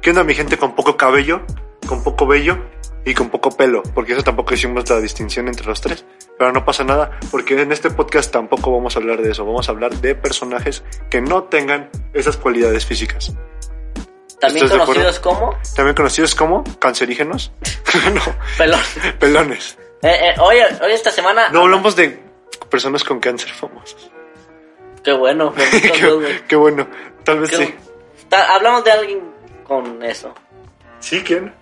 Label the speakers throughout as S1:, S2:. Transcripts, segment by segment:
S1: ¿Qué onda mi gente con poco cabello, con poco vello y con poco pelo? Porque eso tampoco hicimos la distinción entre los tres. Pero no pasa nada, porque en este podcast tampoco vamos a hablar de eso. Vamos a hablar de personajes que no tengan esas cualidades físicas.
S2: También
S1: ¿Estás de
S2: conocidos como
S1: También conocidos como cancerígenos. no,
S2: pelón.
S1: pelones.
S2: Eh, eh, hoy, hoy esta semana.
S1: No hablamos de personas con cáncer famosas.
S2: Qué bueno. bendito Dios,
S1: qué,
S2: güey.
S1: qué bueno. Tal vez
S2: Qué-
S1: sí.
S2: Ta- hablamos de alguien con eso.
S1: ¿Sí? ¿Quién?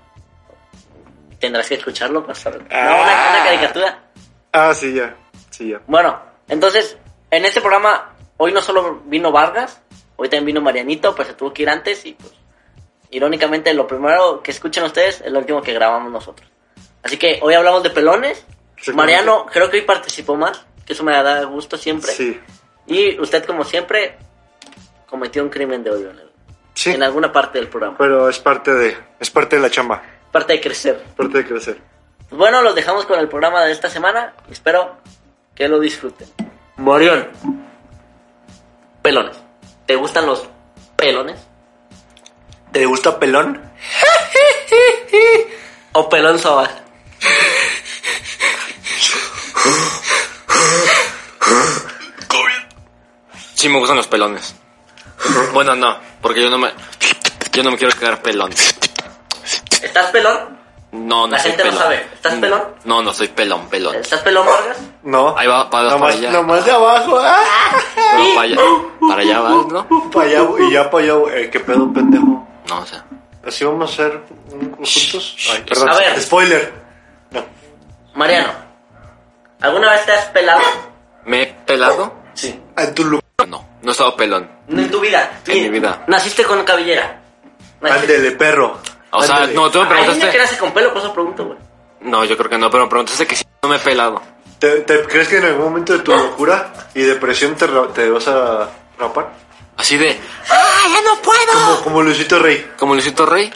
S2: Tendrás que escucharlo para saber. No,
S1: Ah.
S2: una, una caricatura.
S1: Ah, sí, ya. Sí, ya.
S2: Bueno, entonces, en este programa, hoy no solo vino Vargas, hoy también vino Marianito, pues se tuvo que ir antes y pues, irónicamente, lo primero que escuchen ustedes es lo último que grabamos nosotros. Así que hoy hablamos de pelones.
S1: Sí,
S2: Mariano, creo que hoy participó más, que eso me da gusto siempre.
S1: Sí.
S2: Y usted, como siempre, cometió un crimen de odio en, el-
S1: Sí.
S2: en alguna parte del programa.
S1: Pero es parte de, es parte de la chamba,
S2: Parte de crecer.
S1: parte de crecer.
S2: Pues bueno, los dejamos con el programa de esta semana. Espero que lo disfruten. Morión. Pelones. ¿Te gustan los pelones?
S1: ¿Te gusta pelón?
S2: ¿O pelón sobas?
S3: Sí me gustan los pelones. Bueno, no, porque yo no me yo no me quiero quedar pelón.
S2: ¿Estás pelón?
S3: No, no
S2: La
S3: soy
S2: gente no
S3: pelón. Mm.
S2: sabe. ¿Estás pelón? Pues
S3: No, no soy pelón, pelón.
S2: ¿Estás pelón, Vargas?
S1: No.
S3: Ahí va, para, para
S1: nomás,
S3: allá.
S1: nomás de abajo. ¡Ah!
S3: No, para allá. Para allá vas, ¿no?
S1: Para allá, y ya para allá. Eh, qué pedo, pendejo.
S3: No, o sea.
S1: Así vamos a hacer un- juntos. Ay, perdón.
S2: A ver.
S1: Spoiler. No.
S2: Mariano. ¿Alguna vez te has pelado?
S3: ¿Me he pelado?
S2: Sí.
S1: En tu lugar.
S3: No, no he estado pelón.
S2: En tu vida.
S3: En mi vida.
S2: Naciste con cabellera. Naciste-
S1: Ándele, perro.
S3: O sea,
S1: Ándele.
S3: no, tú me
S2: Hay niños que
S3: preguntaste.
S2: nacen con pelo, por eso pregunto, güey.
S3: No, yo creo que no, pero me preguntaste que si no me he pelado.
S1: ¿Te, te crees que en algún momento de tu locura y depresión te, ra- te vas a rapar?
S3: Así de. ¡Ah, ya no
S1: Como,
S3: puedo!
S1: como Luisito Rey.
S3: Como Luisito Rey.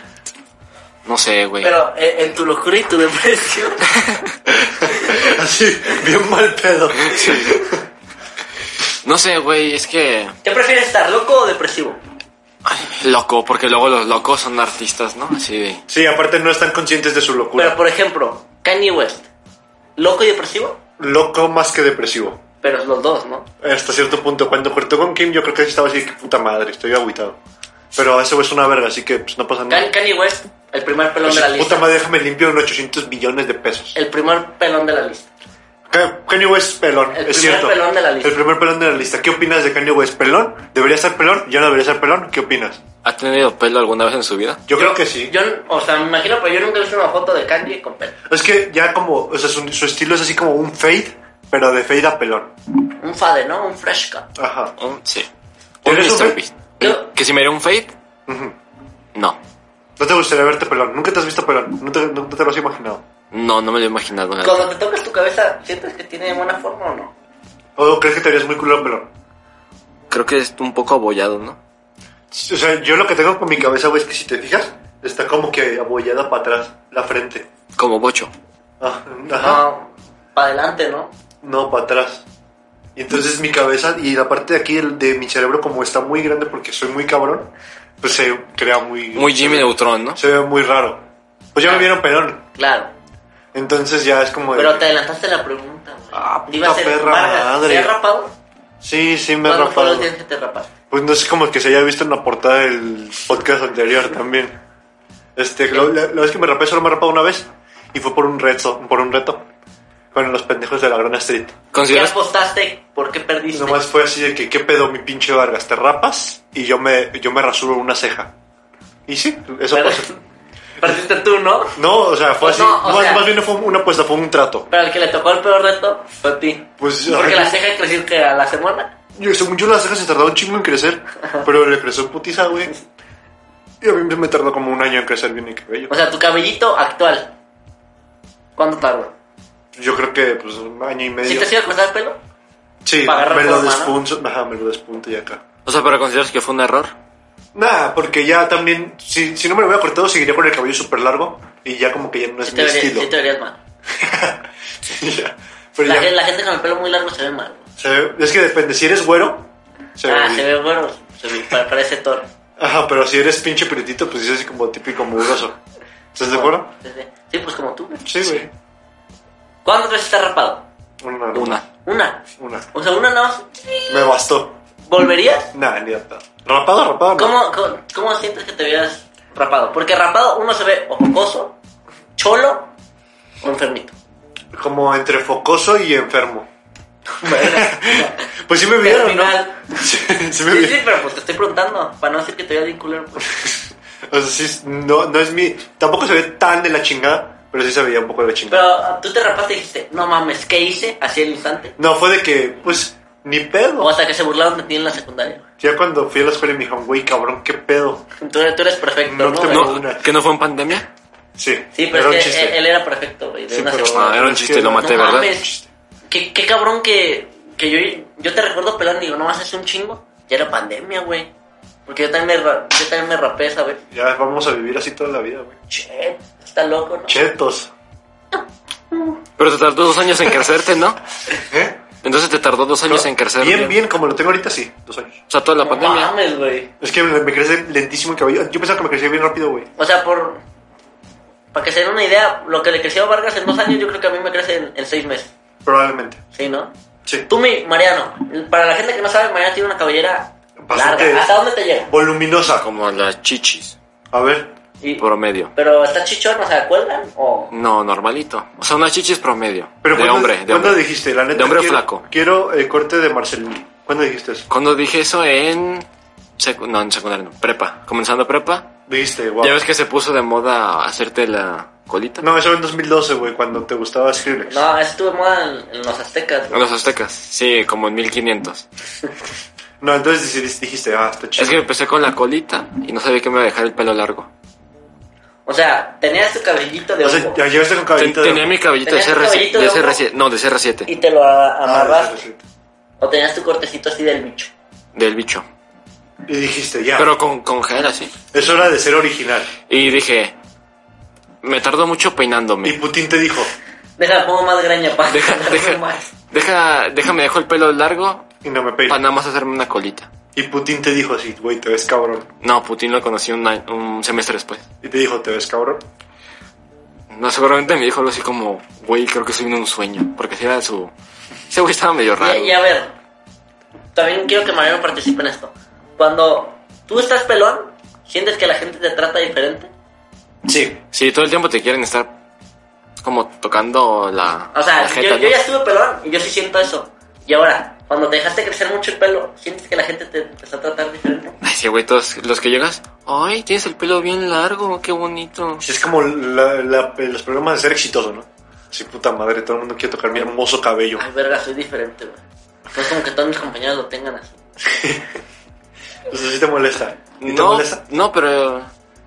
S3: No sé, güey.
S2: Pero eh, en tu locura y tu depresión.
S1: Así, bien mal pedo.
S3: No sé, güey, es que.
S2: ¿Qué prefieres estar, loco o depresivo?
S3: Loco, porque luego los locos son artistas, ¿no? Así de.
S1: Sí, aparte no están conscientes de su
S2: Pero
S1: locura.
S2: por ejemplo, Kanye West, loco y depresivo,
S1: Loco más que depresivo.
S2: pero los dos, ¿no?
S1: Hasta cierto punto. Cuando cortó con Kim, yo creo que estaba así, que puta madre, estoy agüitado. Pero ese güey es una verga, así que pues, no pasa
S2: Kan-
S1: nada.
S2: Kanye West, el primer pelón
S1: Así,
S2: de la
S1: puta
S2: lista.
S1: madre, déjame limpio en 800 billones de pesos.
S2: El primer pelón de la lista.
S1: Ka- Kanye West pelón,
S2: El
S1: es
S2: primer
S1: cierto.
S2: pelón de la lista.
S1: El primer pelón de la lista. ¿Qué opinas de Kanye West? ¿Pelón? ¿Debería ser pelón? ¿Ya no debería ser pelón? ¿Qué opinas?
S3: ¿Ha tenido pelo alguna vez en su vida?
S1: Yo, creo que sí.
S2: Yo, o sea, me imagino, pero yo nunca he visto una foto de Kanye con pelo.
S1: Es que ya como, o sea, su, su estilo es así como un fade, pero de fade a pelón.
S2: Un fade, ¿no? Un fresh cut.
S1: Ajá.
S3: Un- Oh, sí. Un
S1: ¿Tienes un
S3: Mr.
S1: fade?
S3: Beast.
S2: Yo-
S3: ¿Que si me haría un fade? No.
S1: No te gustaría verte pelón. Nunca te has visto pelón. No te, no te lo has imaginado.
S3: No, no me lo he imaginado. la
S2: Cuando
S3: verdad.
S2: te tocas tu cabeza, ¿sientes que tiene buena forma o no?
S1: ¿O crees que te verías muy culón pelón?
S3: Creo que es un poco abollado, ¿no?
S1: O sea, yo lo que tengo con mi cabeza, güey, es que si te fijas, está como que abollada para atrás, la frente.
S3: Como bocho.
S1: Ah, Ajá.
S2: No, para adelante, ¿no?
S1: No, para atrás. Y entonces mi cabeza y la parte de aquí del- de, mi cerebro, como está muy grande porque soy muy cabrón, pues se crea muy.
S3: Muy Jimmy Neutron, ¿no?
S1: Se ve muy raro. Pues ya me vieron pelón.
S2: Claro.
S1: Entonces ya es como. de-
S2: Ah. Pero te adelantaste la pregunta, güey.
S1: Ah,
S2: Te iba a
S1: puta
S2: hacer,
S1: perra
S2: Vargas,
S1: madre.
S2: ¿Te has rapado?
S1: Sí, sí, me he
S2: ¿Cuándo fue
S1: rapado.
S2: la última vez que te rapaste?
S1: Pues no es como que se haya visto en la portada del podcast anterior también. Este, lo- la, la vez que me rapé, solo me he rapado una vez. Y fue por un reto, por un reto. Con los pendejos de la Gran Street.
S2: ¿Qué
S3: ¿Consideras,
S2: apostaste? ¿Por qué perdiste?
S1: Nomás fue así de que, ¿qué pedo mi pinche Vargas? ¿Te rapas? Y yo me, yo me rasuro una ceja. Y sí, eso
S2: Pero-
S1: pasó.
S2: Perdiste tú, ¿no?
S1: No, o sea, fue
S2: Pues
S1: así.
S2: no, o
S1: más,
S2: sea-
S1: más bien no fue una apuesta, fue un trato.
S2: Pero el que le tocó el peor reto fue a ti.
S1: Pues,
S2: Porque
S1: ay.
S2: la ceja creció que a la semana.
S1: Yo, según yo, las cejas se tardó un chingo en crecer. Pero le creció en putiza, güey. Y a mí me tardó como un año en crecer bien el cabello.
S2: O sea, tu cabellito actual. ¿Cuánto tardó?
S1: Yo creo que, pues, un año y
S2: ¿Sí
S1: medio.
S2: te has ido a cortar el pelo?
S1: Sí,
S2: Para agarrar
S1: me lo
S2: forma,
S1: despunto, ajá, me lo despunto y acá.
S3: o sea, pero consideras que fue un error?
S1: Nada, porque ya también, si, si no me lo hubiera cortado, seguiría con el cabello súper largo y ya como que ya no es
S2: Sí
S1: mi
S2: te, verías,
S1: estilo.
S2: sí te verías mal.
S1: Ya. Pero
S2: La,
S1: ya-
S2: gen- la gente con el pelo muy largo se ve mal. güey.
S1: se ve- es que depende. Si eres güero, se
S2: ah,
S1: ve-
S2: se ve bueno. Se ve- pa- parece toro.
S1: Ajá, pero si eres pinche prietito, pues dices como típico mugroso. ¿Estás de acuerdo?
S2: Sí, sí. Sí, pues como tú. güey.
S1: Sí, güey.
S2: ¿Cuántas veces te has rapado?
S1: Una,
S3: Una.
S2: Una.
S1: Una.
S2: O sea, una nada más.
S1: Me bastó.
S2: ¿Volverías?
S1: Nah, ni rapado. Rapado, rapado, no.
S2: ¿Cómo, cómo, cómo sientes que te hubieras rapado? Porque rapado uno se ve o jocoso, cholo o enfermito.
S1: Como entre focoso y enfermo. Pues sí me
S2: Pero al
S1: vieron, ¿no?
S2: final.
S1: Sí, sí me
S2: Sí, sí,
S1: vieron.
S2: pero pues te estoy preguntando. Para no decir que te veas bien culero. pues.
S1: O sea, sí, no, no es mi... Tampoco se ve tan de la chingada, pero sí se veía un poco de la chingada.
S2: Pero ah, tú te rapaste y dijiste, no mames, ¿qué hice? Así el instante.
S1: No, fue de que, pues, ni pedo.
S2: O hasta que se burlaron de ti en la secundaria.
S1: Ya cuando fui a la escuela y me dijeron, güey, cabrón, qué pedo.
S2: Tú, tú eres perfecto,
S1: No,
S2: ¿no?
S1: te-
S2: güey?
S1: no.
S3: ¿No? ¿Que no fue en pandemia?
S1: Sí,
S2: Sí, pero es que él, él era perfecto, güey. De
S1: Sí,
S2: una
S1: pero-
S2: segunda.
S3: Ah, era un
S1: Es
S3: chiste
S1: que
S3: y lo
S1: no
S3: maté,
S2: no
S3: ¿verdad?
S2: mames. Qué, qué cabrón que, que yo, yo te recuerdo pelón y digo, no hace un chingo. Ya era pandemia, güey. Porque yo también me, ra- yo también me rapé, ¿sabes?
S1: Ya vamos a vivir así toda la vida, güey.
S2: Che, está loco, ¿no?
S1: Chetos.
S3: Pero te tardó dos años en crecerte, ¿no?
S1: ¿Eh?
S3: Entonces te tardó dos años en crecer.
S1: Bien, bien, como lo tengo ahorita, sí, dos años.
S3: O sea, toda la
S2: no
S3: pandemia.
S2: mames, güey.
S1: Es que me crece lentísimo el cabello. Yo pensaba que me crecía bien rápido, güey.
S2: O sea, por... Para que se den una idea, lo que le creció a Vargas en dos años, yo creo que a mí me crece en, en seis meses.
S1: Probablemente.
S2: ¿Sí, no?
S1: Sí.
S2: Tú, mi Mariano, para la gente que no sabe, Mariano tiene una cabellera
S1: Bastante-
S2: larga. ¿Hasta dónde te llega?
S1: Voluminosa.
S3: Como a las chichis.
S1: A ver.
S2: Y-
S3: Promedio.
S2: pero está chichón, o sea, ¿cuelgan o...?
S3: No, normalito. O sea, unas chichis promedio.
S1: Pero
S3: de
S1: ¿cuándo-
S3: hombre. De
S1: ¿Cuándo
S3: hombre.
S1: dijiste? La neta,
S3: De hombre
S1: quiero-
S3: flaco.
S1: Quiero el corte de Marcelino. ¿Cuándo dijiste eso?
S3: Cuando dije eso en... secu- No, en secundaria no. Prepa. Comenzando prepa.
S1: Dijiste, wow.
S3: Ya ves que se puso de moda hacerte la colita.
S1: No, eso fue en 2012, güey, cuando te gustaba Skrillex.
S2: No, estuve moda en, en los aztecas.
S3: A los aztecas. Sí, como en 1500.
S1: No, entonces decidiste- dijiste, ah, está chido.
S3: Es que empecé con la colita y no sabía que me iba a dejar el pelo largo.
S2: O sea, tenías tu cabellito de
S1: O
S2: hongo
S1: sea, ya llegaste con
S3: Ten-
S1: cabellito de-
S3: tenía mi cabellito de
S2: ¿Tenías tu
S3: CR7.
S2: cabellito de
S3: De
S2: hongo?
S3: CR7 no, de CR7.
S2: y te lo a-
S1: Ah,
S2: amarraste.
S1: sí, sí,
S2: o tenías tu cortecito así del bicho.
S3: Del bicho.
S1: sí. Y dijiste, ya.
S3: Pero con, con gel así.
S1: Es hora de ser original.
S3: Y dije... Me tardó mucho peinándome.
S1: Y Putin te dijo,
S2: Deja, pongo más graña para
S3: Deja, deja,
S2: más.
S3: deja, déjame dejo el pelo largo
S1: y no me
S3: para
S1: peino.
S3: nada más hacerme una colita.
S1: Y Putin te dijo así, güey, te ves cabrón.
S3: No, Putin lo conocí un, año- un semestre después.
S1: Y te dijo, te ves cabrón.
S3: No, seguramente me dijo algo así como, güey, creo que estoy en un sueño. Porque si era su... Ese güey estaba medio raro.
S2: Y, y a ver, también quiero que Mariano participe en esto. Cuando tú estás pelón, ¿sientes que la gente te trata diferente?
S1: Sí.
S3: Sí, todo el tiempo te quieren estar como tocando la...
S2: O sea,
S3: la
S2: yo,
S3: jeta,
S2: yo
S3: ¿no?
S2: ya estuve pelón y yo sí siento eso. Y ahora, cuando te dejaste crecer mucho el pelo, ¿sientes que la gente te empezó a tratar diferente?
S3: Ay, sí, güey, todos los que llegas... Ay, tienes el pelo bien largo, qué bonito.
S1: Sí, es como la- la- los problemas de ser exitoso, ¿no? Sí, puta madre, todo el mundo quiere tocar mi hermoso cabello.
S2: Ay, verga, soy diferente, güey. No es como que todos mis compañeros lo tengan así.
S1: Entonces sí te molesta. ¿Y te
S3: No,
S1: molesta?
S3: no, pero...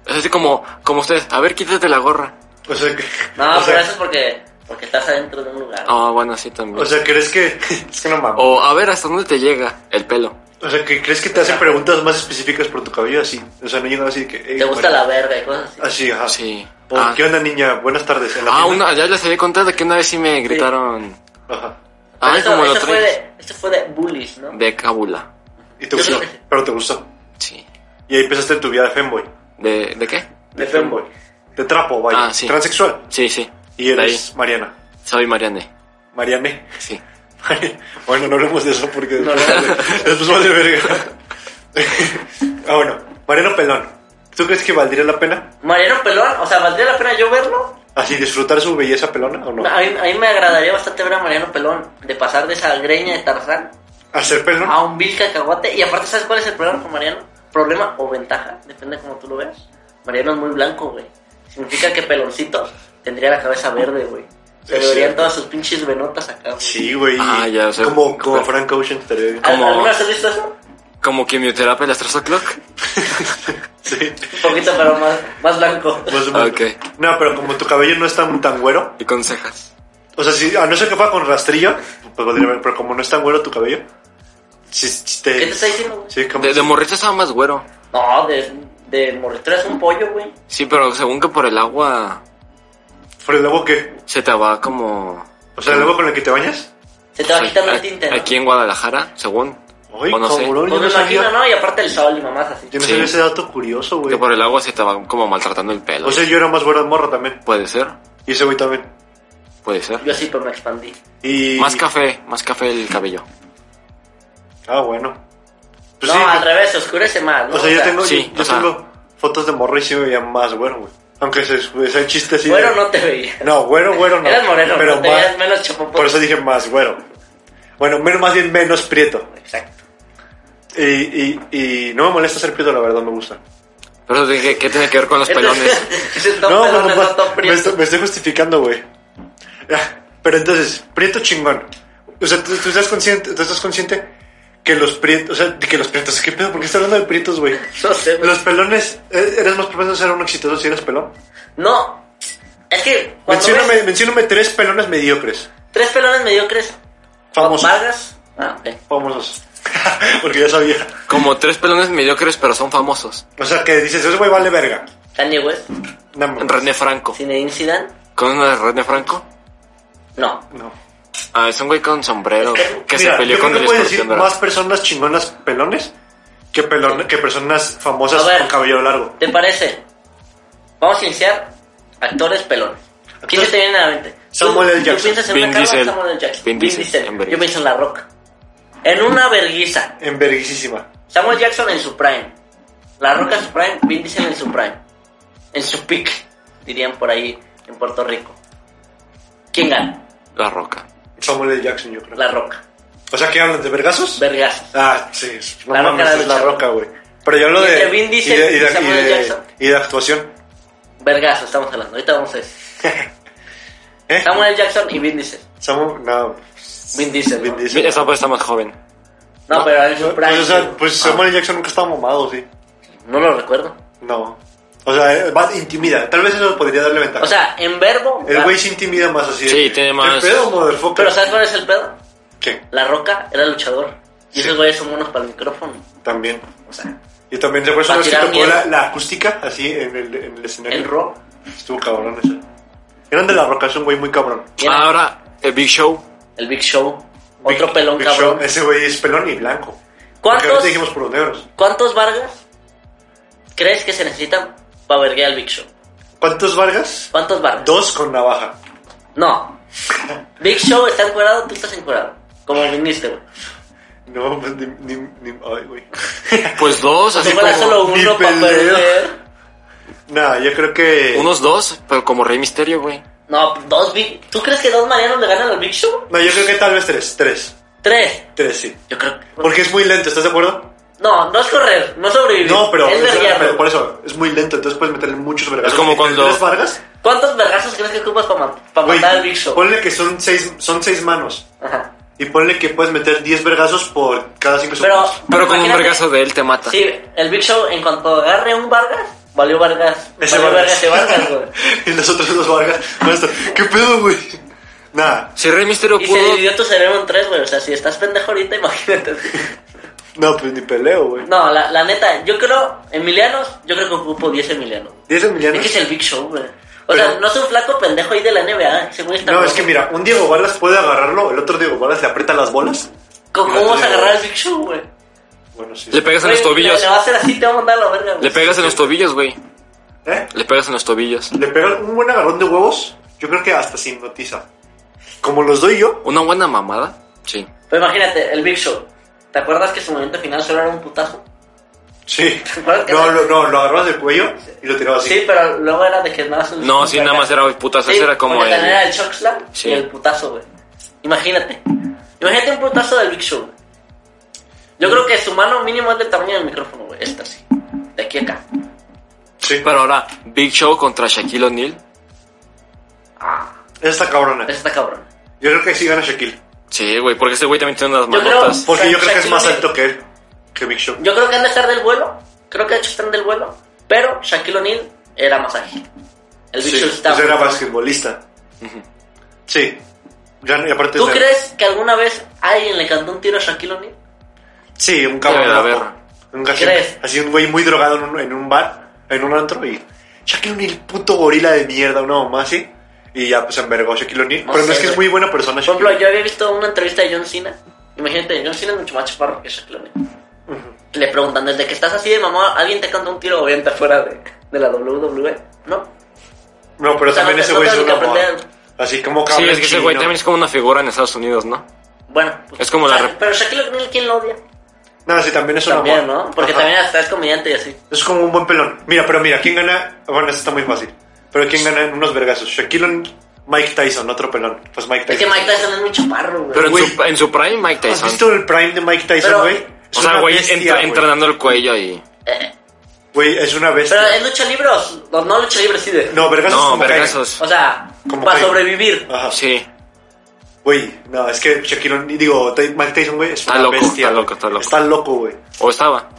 S3: Es así como, como ustedes. A ver, quítate la gorra.
S1: O sea, que,
S2: No,
S1: o
S2: pero
S1: sea,
S2: eso es porque, porque estás adentro de un lugar.
S3: Ah, bueno, sí también.
S1: o sea, ¿crees que...? Es que no mames.
S3: O a ver hasta dónde te llega el pelo.
S1: O sea, que crees que te hacen preguntas más específicas por tu cabello así. O sea, no llegan así de que.
S2: Te gusta la verga y cosas así.
S1: Así, ajá.
S3: Sí.
S1: O,
S3: Ah.
S1: ¿Qué onda, niña? Buenas tardes. En la
S3: Ah,
S1: tienda.
S3: una, ya les había contado que una vez sí me gritaron
S1: Ajá.
S2: Pero
S3: Ay,
S2: esto,
S3: como lo
S2: esto fue
S3: traes.
S2: de, esto fue de bullies, ¿no?
S3: de cábula.
S1: Y te
S2: Yo
S1: gustó.
S2: creo que-
S1: Pero te gustó.
S3: Sí.
S1: Y ahí empezaste tu vida de femboy.
S3: ¿De, de qué?
S2: De femboy.
S1: De trapo, vaya.
S3: Ah, sí.
S1: Transexual.
S3: Sí, sí.
S1: Y
S3: De
S1: eres Mariana.
S3: ahí. Soy Mariane.
S1: Mariane.
S3: Sí.
S1: bueno, no hablemos de eso porque
S2: No,
S1: después,
S2: no, no.
S1: después vale verga. ah, bueno. Mariano Pelón. ¿Tú crees que valdría la pena?
S2: Mariano Pelón, o sea, ¿valdría la pena yo verlo?
S1: Así, disfrutar su belleza pelona o no?
S3: Ah.
S2: A mí, a mí me agradaría bastante ver a Mariano Pelón, de pasar de esa greña de Tarzán
S1: ¿Hacer pelón?
S3: Ah,
S2: a un vil cacahuate. Y aparte, ¿sabes cuál es el problema con Mariano? Problema o ventaja, depende de cómo tú lo veas. Mariano es muy blanco, güey. Significa que Peloncito tendría la cabeza verde, güey. Se
S1: Es
S2: le verían
S1: cierto.
S2: todas sus pinches venotas acá, güey.
S1: Sí, güey.
S3: Ah, ya, o sea,
S1: como, como
S3: pero-
S1: Frank Ocean estaría bien.
S2: ¿Al-
S3: como-
S2: ¿Alguna vez has visto eso?
S3: Como quimioterapia las 3 o'clock.
S1: Sí.
S2: Un poquito, pero más, más blanco.
S1: Más o menos.
S3: Ok.
S1: No, pero como tu cabello no es tan, tan güero,
S3: Y con cejas.
S1: o sea, si, a no ser que fuera con rastrillo, pues podría haber, pero como no es tan güero tu cabello, si, si te...
S2: ¿Qué te está diciendo, güey?
S1: Sí, como...
S3: De, de morrito estaba más güero.
S2: No, de, de morrito eres un pollo, güey.
S3: Sí, pero según que por el agua...
S1: ¿Por el agua qué?
S3: Se te va como...
S1: O sea, el agua con el que te bañas.
S2: Se te va quitando el tinte, ¿no?
S3: Aquí en Guadalajara, según.
S1: Ay,
S3: O no sé.
S1: cabrón,
S2: Pues
S1: yo
S2: me
S1: no
S2: imagino,
S1: sabía.
S2: ¿no? Y aparte el sol y mamás así.
S1: Yo no
S3: Sí.
S1: sabía ese dato curioso, güey.
S3: Que por el agua se te va como maltratando el pelo.
S1: O sea, yo era más buena morra también.
S3: Puede ser,
S1: Y ese güey también.
S3: puede ser.
S2: Yo sí, pero me expandí.
S1: Y...
S3: Más café, más café el cabello.
S1: Ah, bueno. Pues
S2: no,
S1: sí,
S2: al revés, se oscurece más, ¿no?
S1: O sea, yo tengo,
S3: sí,
S1: yo, yo
S3: o sea.
S1: tengo fotos de morro y sí me veía más güero, güey. Aunque se, ese chiste así. de-
S2: Bueno, no te veía.
S1: No, güero, güero no.
S2: Eras moreno,
S1: pero
S2: pero te
S1: más-
S2: veías menos chapopote.
S1: Por eso dije más güero. Bueno, menos, más bien menos prieto.
S2: Exacto.
S1: Y, y, y no me molesta ser prieto, la verdad, me gusta.
S3: Pero eso dije, ¿qué tiene que ver con los pelones?
S2: Entonces, es el top
S1: no,
S2: pelones,
S1: no,
S2: no,
S1: no,
S2: top
S1: me,
S2: prieto.
S1: estoy, me estoy justificando, güey. Ya, Pero entonces, prieto chingón. O sea, ¿tú, tú estás consciente, tú estás consciente que los prietos, o sea, de que los prietos, ¿qué pedo? ¿Por qué estás hablando de prietos, güey?
S2: No sé, güey.
S1: Los pelones, ¿e- ¿eres más propenso a ser un exitoso si eres pelón?
S2: No, es que cuando ves
S1: Mencióname, mencióname tres pelones mediocres,
S2: tres pelones mediocres,
S1: Famosos.
S2: Vargas, ah, ok.
S1: famosos. Porque ya sabía.
S3: Como tres pelones mediocres, pero son famosos.
S1: O sea, que dices, ese güey vale verga.
S2: Kanye West,
S1: No, mames.
S3: René Franco.
S2: Zinedine Zidane,
S3: ¿Conoces una de René Franco?
S2: no.
S1: No. Eh,
S3: Ah, es un güey con sombrero
S2: Eh,
S3: que
S1: Mira,
S3: se peleó
S1: yo
S3: con
S1: creo
S3: el
S1: que puedes decir
S3: escorpión dorado.
S1: más personas chingonas pelones que, pelon- que personas famosas
S2: A ver.
S1: con cabello largo.
S2: ¿Te parece? Vamos a iniciar actores pelones. ¿Quién
S1: Actores-
S2: se te viene a la mente?
S1: Samuel
S2: ¿Tú-
S1: L. Jackson.
S2: ¿Tú piensas en
S3: Vin
S2: una
S3: Diesel.
S2: Diesel. Samuel L. Jackson.
S3: Vin Diesel, en vergüenza.
S2: Yo pienso en La Roca. En una verguiza.
S1: Enverguisísima.
S2: Samuel Jackson en su prime. La Roca en su prime. Vin Diesel en su prime. En su pick, dirían por ahí en Puerto Rico. ¿Quién gana?
S3: La roca.
S1: Samuel L. Jackson, yo creo.
S2: La Roca.
S1: O sea, ¿qué hablan? ¿De vergazos?
S2: Vergazos.
S1: ah, sí. No
S2: La Roca
S1: mames,
S2: era
S1: es la
S2: luchador.
S1: roca, güey. Pero yo hablo
S2: Y
S1: de,
S2: de Vin
S1: y
S2: Diesel
S1: de, y de-
S2: y Samuel
S1: y de-
S2: L. Jackson.
S1: y de actuación.
S2: Vergazos, estamos hablando. Ahorita vamos a decir.
S1: ¿Eh?
S2: Samuel L. Jackson y Vin Diesel.
S1: Samuel, no.
S2: Vin Diesel. ¿no?
S1: Vin Diesel.
S3: Esa pues está más joven.
S2: No, pero en su prime. Ah,
S1: Pues, o sea, pues Samuel L. Jackson nunca estaba mamado, sí.
S2: No lo recuerdo.
S1: No. O sea, eh, va, intimida. Tal vez eso podría darle ventaja.
S2: O sea, en verbo.
S1: el
S2: la-
S1: güey se intimida más así. de
S3: Sí,
S1: que,
S3: tiene
S1: "¿Qué
S3: más-
S1: pedo, motherfucker?"
S2: Pero ¿sabes cuál es el pedo?
S1: ¿Qué?
S2: La Roca era luchador. Y esos güeyes son buenos para el micrófono.
S1: También.
S2: O sea,
S1: Y también recuerdo
S2: Va a
S1: una vez que
S2: tirar
S1: tocó la,
S2: miedo.
S1: la acústica así en el, en el escenario.
S2: el rock.
S1: Estuvo cabrón ese. Eran de la roca, es un güey muy cabrón.
S2: ¿Quién era?
S3: Ah, Ahora, el Big Show.
S2: El Big Show. Otro
S1: Big-
S2: pelón
S1: Big
S2: cabrón.
S1: Show, Ese güey es pelón y blanco. Porque
S2: ¿Cuántos,
S1: ahorita dijimos por los negros.
S2: ¿Cuántos Vargas crees que se necesitan para verguear al Big Show?
S1: ¿Cuántos Vargas?
S2: ¿Cuántos Vargas?
S1: Dos con navaja.
S2: No. Big Show está encuadrado, tú estás encuadrado. Como viniste, güey.
S1: No, pues ni. ni, ni- ay, güey.
S3: Pues dos,
S2: Si
S3: así
S2: fuera
S3: como...
S2: solo
S1: ni
S2: uno para
S1: peleo.
S2: perder.
S1: Nah, yo creo que.
S3: Unos dos, pero como Rey Misterio, güey.
S2: No, dos Big. ¿Tú crees que dos Marianos le ganan al Big Show?
S1: No, yo creo que tal vez tres. Tres.
S2: Tres.
S1: Tres, sí.
S2: Yo creo que.
S1: Porque es muy lento, ¿estás de acuerdo?
S2: No, no es correr, no es sobrevivir.
S1: No, pero,
S2: Es
S1: o sea,
S2: verguearlo.
S1: pero por eso es muy lento, entonces puedes meterle muchos vergazos.
S3: Es como
S1: ¿Y con
S3: cuando-
S1: ¿Tres vargas?
S2: ¿Cuántos vergazos crees que ocupas para,
S1: Güey,
S2: matar al Big Show?
S1: Ponle que son seis, son seis manos.
S2: Ajá.
S1: Y ponle que puedes meter 10 vergazos por cada 5
S2: Pero,
S1: segundos.
S3: Pero con un
S2: imagínate-
S3: vergazo de él te mata.
S2: Sí, el Big Show, en cuanto agarre un Vargas, valió Vargas.
S1: Ese
S2: valió
S1: Vargas.
S2: Vargas y Vargas, güey.
S1: y nosotros dos vargas. con esto, ¿Qué pedo, güey? Nada,
S3: Si Rey Misterio
S2: Y se
S3: pudo...
S2: dividió tu cerebro en tres, güey. O sea, si estás pendejo ahorita, imagínate.
S1: no, pues ni peleo, güey.
S2: No, la, la neta, yo creo, Emilianos, yo creo que ocupo 10 Emilianos.
S1: 10
S2: Es
S1: Emilianos.
S2: que es el Big Show, güey. O
S1: Pero-
S2: sea, no es un flaco pendejo ahí de la NBA, ese güey está
S1: No,
S2: gordo.
S1: es que mira, un Diego Vargas puede agarrarlo, el otro Diego Vargas le aprieta las bolas.
S2: ¿Cómo,
S1: Mira,
S2: cómo vas a
S1: Diego.
S2: agarrar al Big Show, güey?
S1: Bueno, sí.
S3: Le pegas en
S2: Güey,
S3: los
S2: Le,
S3: tobillos.
S2: le va a hacer así, te va a mandar a la verga, güey.
S3: Le pegas en los tobillos, güey.
S1: ¿Eh?
S3: Le pegas en los tobillos.
S1: Le pega un buen agarrón de huevos, yo creo que hasta se hipnotiza. Como los doy yo,
S3: ¿Una buena mamada? Sí.
S2: Pero imagínate, el Big Show. ¿Te acuerdas que su movimiento final solo era un putazo?
S1: sí.
S2: acuerdas que
S1: No,
S2: era-
S1: lo- no, lo agarrabas del cuello y lo tirabas
S2: Sí,
S1: así.
S2: pero luego era de que nada más... un-
S3: No,
S2: un
S3: sí, nada
S2: verga.
S3: más era el putazo.
S2: Sí,
S3: Ese era como
S2: porque también era
S3: el...
S2: el choc slam
S3: Sí.
S2: y el putazo, güey. Imagínate. Imagínate un putazo del Big Show. güey. Yo creo que su mano mínimo es del tamaño del micrófono, güey. Esta sí. De aquí a acá.
S1: Sí.
S3: Pero ahora, Big Show contra Shaquille O'Neal.
S1: Esa está cabrona.
S2: Ah. Esta está cabrón.
S1: Yo creo que sí gana Shaquille.
S3: Sí, güey, porque ese güey también tiene unas
S2: Yo creo-
S3: manotas.
S1: Porque
S2: Sha-
S1: yo creo que es
S2: Shaquille
S1: más
S2: O'Neal.
S1: alto que él, que Big Show.
S2: Yo creo que han de estar del vuelo. Creo que de hecho están del vuelo. Pero Shaquille O'Neal era más ágil. El Big
S1: Sí,
S2: Show estaba.
S1: pues era basquetbolista. Sí. Gan- y aparte
S2: ¿Tú
S1: es de-
S2: crees que alguna vez alguien le cantó un tiro a Shaquille O'Neal?
S1: Sí, un cabrón.
S3: Debe de
S1: loco.
S3: haber.
S1: Un así,
S2: ¿Crees?
S1: así un güey muy drogado en un, en un bar, en un antro y. Shaquille O'Neal, puto gorila de mierda, una mamá así. Y ya pues se envergó Shaquille O'Neal.
S2: No
S1: pero no
S2: sé,
S1: es que es
S2: güey.
S1: muy buena persona
S2: Por ejemplo,
S1: Shaquille
S2: yo había visto una entrevista de John Cena. Imagínate, John Cena es mucho más chaparro que Shaquille O'Neal.
S1: Ujú.
S2: Le preguntan, desde que estás así de mamá, ¿alguien te canta un tiro o avienta fuera de, de la WWE? No.
S1: No, pero
S2: O sea,
S1: también
S2: no-
S1: ese
S2: no
S1: güey es
S2: tengo
S1: un
S2: que
S1: amor.
S2: aprender.
S1: Así como
S3: Sí,
S1: habla
S3: es que ese
S1: chino.
S3: güey también es como una figura en Estados Unidos, ¿no?
S2: Bueno. pues,
S3: Es como la
S2: o sea,
S3: rep-
S2: Pero Shaquille O'Neal, ¿quién lo odia?
S1: No, sí, también es un
S2: También,
S1: amor.
S2: ¿no? Porque
S1: Ajá.
S2: también hasta es comediante y así.
S1: Es como un buen pelón. Mira, pero mira, ¿quién gana? Bueno, eso está muy fácil. Pero ¿quién gana en unos vergazos? Shaquille O'Neal, Mike Tyson, otro pelón. Pues Mike
S2: Es que
S1: Tyson.
S2: Mike Tyson es muy chaparro, güey.
S3: Pero en
S1: Güey.
S3: su, en su prime, Mike
S1: ¿Has
S3: Tyson.
S1: visto el prime de Mike Tyson,
S2: Pero-
S1: güey? Es
S3: O sea,
S1: una
S3: güey,
S1: bestia,
S3: entra- entrenando el cuello y...
S2: Eh,
S1: Güey, es una bestia.
S2: pero es lucha libre o o no lucha libre, sí. De,
S1: No, vergazos
S3: No,
S1: como
S3: vergazos.
S2: O sea,
S1: Como
S2: para
S1: Kane.
S2: sobrevivir.
S1: caigan. Ajá.
S3: Sí.
S1: Güey, no, es que Shaquille O'Neal, digo, Ty- Mike Tyson, güey, es
S3: Está
S1: una
S3: loco,
S1: bestia.
S3: está
S1: güey.
S3: loco, está loco.
S1: Está loco, güey.
S3: O estaba.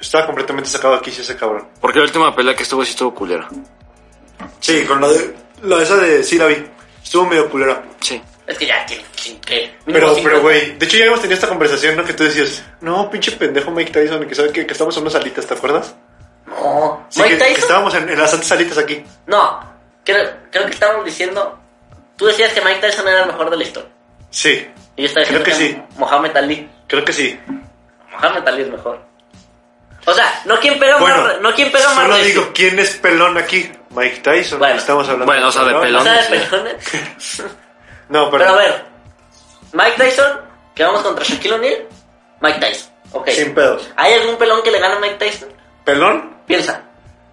S1: Estaba completamente sacado aquí, sí, ese cabrón.
S3: Porque la última pelea que estuvo sí estuvo culera.
S1: Sí, con la de. La esa de. Sí, la vi. Estuvo medio culera.
S3: Sí.
S2: Es que ya tiene cin- que- mínimo
S1: Pero,
S2: cinco-
S1: pero, güey, de hecho ya habíamos tenido esta conversación, ¿no? Que tú decías, no, pinche pendejo Mike Tyson, que sabe que, que estamos en unas alitas, ¿te acuerdas?
S2: No.
S1: Sí,
S2: Mike
S1: que, que
S2: Tyson.
S1: estábamos en, en las antes alitas aquí.
S2: No. Creo, creo que estábamos diciendo. Tú decías que Mike Tyson era el mejor de la historia.
S1: Sí,
S2: Y yo estaba
S1: Creo
S2: diciendo
S1: que sí.
S2: Mohamed Ali.
S1: creo que sí.
S2: Mohamed Ali es mejor. O sea, no quien pega más. re- No quien pega más.
S1: solo
S2: recio.
S1: digo, ¿quién es pelón aquí? Mike Tyson,
S2: Bueno.
S1: estamos hablando.
S3: Bueno, o sea, de
S2: O
S3: pelón.
S2: sea,
S3: sí.
S2: pelones.
S1: No, pero,
S2: Pero a ver. Mike Tyson. Que vamos contra Shaquille O'Neal. Mike Tyson. Ok.
S1: sin pedos.
S2: ¿Hay algún pelón que le gane a Mike Tyson?
S1: ¿Pelón?
S2: Piensa.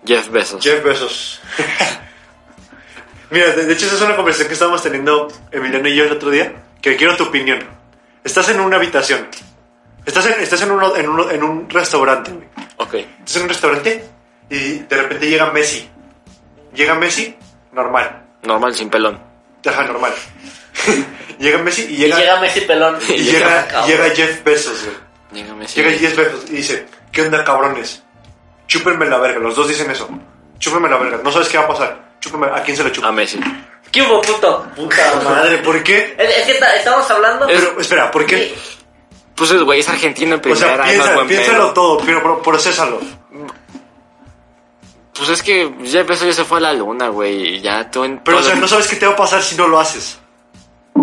S3: Jeff Bezos.
S1: Jeff Bezos. Mira, de, de hecho esa es una conversación que estábamos teniendo Emiliano y yo el otro día, que quiero tu opinión. Estás en una habitación. Estás en, estás en, uno- en, uno- en un restaurante, güey.
S3: Ok.
S1: Estás en un restaurante y de repente llega Messi. Llega Messi, normal.
S3: Normal, sin pelón.
S1: Ajá, normal. llega Messi y llega,
S2: Y llega Messi pelón.
S1: y
S3: y
S1: llega,
S2: cabrón.
S1: llega Jeff Bezos, güey.
S3: Dígame si...
S1: Llega Jeff Bezos y dice, ¿qué onda, cabrones? Chúpenme la verga. Los dos dicen eso. Chúpenme la verga. No sabes qué va a pasar. Chúpenme. ¿A quién se le
S3: A
S1: chupa?
S3: Messi.
S2: ¿Qué hubo, puto?
S1: Puta madre, ¿por qué?
S2: Es, es que está- estamos hablando.
S3: Es-
S1: Pero, espera, ¿por qué?
S3: Pues, güey, es argentino en
S1: O
S3: primera.
S1: sea,
S3: es más
S1: piensa,
S3: buen
S1: piénsalo
S3: pedo.
S1: todo, pero pero procésalo.
S3: Pues es que Jeff Bezos ya se fue a la luna, güey. y Ya tú en...
S1: Pero, o
S3: todo-
S1: sea, no sabes qué te va a pasar si no lo haces.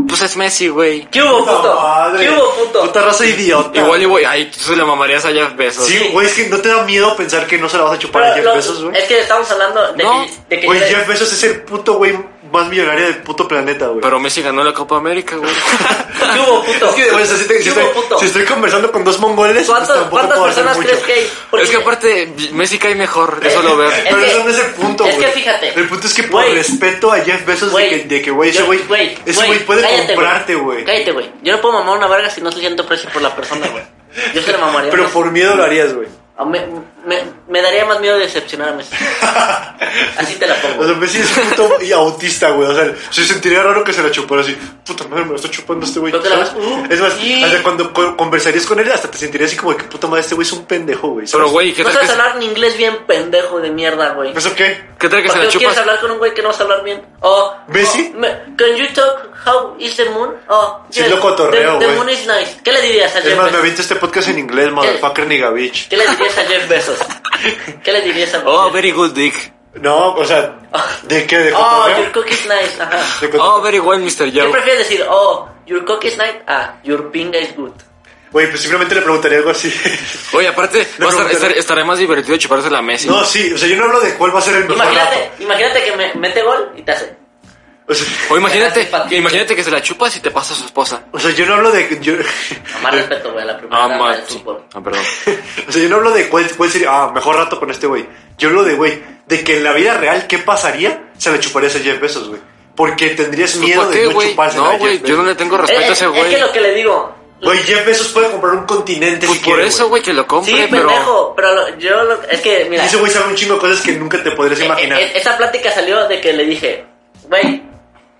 S3: Pues es Messi, güey.
S2: ¿Qué hubo,
S1: Puta
S2: puto? ¿Qué hubo, puto?
S1: Puta raza idiota.
S3: Igual y, güey, ahí tú se le mamarías a Jeff Bezos.
S1: Sí, güey, es que no te da miedo pensar que no se la vas a chupar a
S2: Pero
S1: Jeff
S2: lo-
S1: Bezos, güey.
S2: es que estamos hablando de
S3: No,
S2: que. De que
S1: Güey,
S2: yo-
S1: Jeff Bezos es el puto güey más millonario del puto planeta, güey.
S3: Pero Messi ganó la Copa América, güey.
S2: ¿Qué hubo, puto?
S1: Es que, güey, o sea, si, te- si
S2: ¿Qué hubo,
S1: estoy,
S2: puto?
S1: si estoy conversando con dos mongoles, pues
S2: ¿Cuántas,
S1: tampoco
S2: cuántas
S1: puedo hacer
S2: personas
S1: mucho.
S2: crees que hay?
S3: es que aparte, Messi cae mejor. Eso
S2: Eh,
S3: lo veo.
S1: Pero
S2: Es que-
S1: eso no es el punto,
S2: es que
S1: güey.
S2: fíjate.
S1: El punto es que por
S2: Güey.
S1: respeto a Jeff Bezos
S2: Güey.
S1: de que- de que, güey, ese
S2: Yo-
S1: güey, ese güey puede
S2: cállate,
S1: comprarte, güey.
S2: Cállate, güey. Yo no puedo mamar una verga si no estoy siento precio por la persona, güey. Yo se la mamaría.
S1: Pero por miedo lo harías, güey.
S2: A me, me, me daría más miedo decepcionarme. Así te la
S1: O sea,
S2: pongo.
S1: Messi es un puto y autista, güey. O sea, se sentiría raro que se la chupara así. Puta madre, me lo está chupando este güey.
S2: No te la- Uh,
S1: ¿sabes? Es más,
S2: Sí.
S1: hasta cuando co- conversarías con él, hasta te sentirías así como de que puta madre, este güey es un pendejo, güey. ¿sabes?
S3: Pero, güey, ¿qué
S2: No
S3: tal que
S2: sabes
S3: se-
S2: hablar ni inglés bien, pendejo de mierda, güey.
S1: ¿Eso qué?
S3: qué tal que
S2: ¿Por
S3: se
S2: qué
S3: la
S2: quieres
S3: chupas?
S2: hablar con un güey que no vas a hablar bien? Oh,
S1: ¿Messi?
S2: oh, me- can you talk how is the moon? Oh,
S1: Sí, lo cotorreo,
S2: the, the
S1: güey.
S2: moon is nice. ¿Qué le dirías a
S1: Es
S2: Jeff
S1: más, me
S2: Bezos?
S1: aviento este podcast en inglés, motherfucker nigavich.
S2: ¿Qué le dirías a Jeff Bezos? ¿Qué le dirías a
S3: Oh, very good dick.
S1: No, o sea, ¿de qué? ¿De
S2: Oh,
S1: cotorreo?
S2: your cock is nice. Ajá.
S1: ¿De cotorreo?
S3: Oh, very well, Mr.
S2: ¿Qué
S3: Joe.
S2: prefieres decir? Oh, your cock is nice. Ah, your pinga is good.
S1: Güey, pues simplemente le preguntaría algo así.
S3: Oye, aparte,
S1: No
S3: va a estar-
S1: preguntaré.
S3: estar- estaré más divertido chuparse la Messi.
S1: No, sí, o sea, yo no hablo de cuál va a ser el mejor
S2: Imagínate,
S1: dato.
S2: imagínate que me mete gol y te hace.
S1: O sea,
S3: O imagínate,
S2: Gracias, Pati.
S3: imagínate que se la chupas y te pasa a su esposa.
S1: o sea, yo no hablo de... yo-
S2: No, más respeto, güey, a la primera
S3: Ah,
S2: dama del
S3: machi.
S2: fútbol.
S3: Ah, perdón.
S1: o sea, yo no hablo de cuál, cuál sería... Ah, mejor rato con este güey. Yo hablo de, güey, de que en la vida real, ¿qué pasaría? Se le chuparías a Jeff Bezos, güey. Porque tendrías
S3: Pues,
S1: miedo
S3: ¿Por qué,
S1: de no
S3: güey?
S1: chuparse a
S3: No,
S1: Jeff
S3: güey, yo no
S1: Bezos.
S3: le tengo
S2: Es,
S3: respeto a
S2: Eh, es-
S3: ese
S2: es
S3: güey.
S2: que lo que le digo.
S1: Güey, Jeff Bezos puede comprar un continente
S3: Pues
S1: si
S3: por
S1: quiere,
S3: eso, güey, que lo compre,
S2: Sí,
S3: pero...
S2: pendejo, pero lo- yo lo, es que,
S1: Y
S2: mira,
S1: ese güey sabe un chingo de cosas que nunca te podrías
S2: e-
S1: imaginar.
S2: e- esa plática salió de que le dije, güey,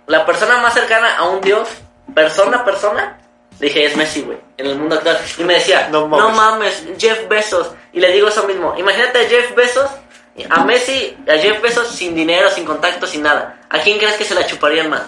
S2: la persona más cercana a un dios, persona a persona, le dije, es Messi, güey, en el mundo actual. Y me decía,
S1: No
S2: no
S1: mames.
S2: mames. Jeff Bezos. Y le digo eso mismo, imagínate a Jeff Bezos, a Messi, a Jeff Bezos sin dinero, sin contacto, sin nada. ¿A quién crees que se la chuparían más?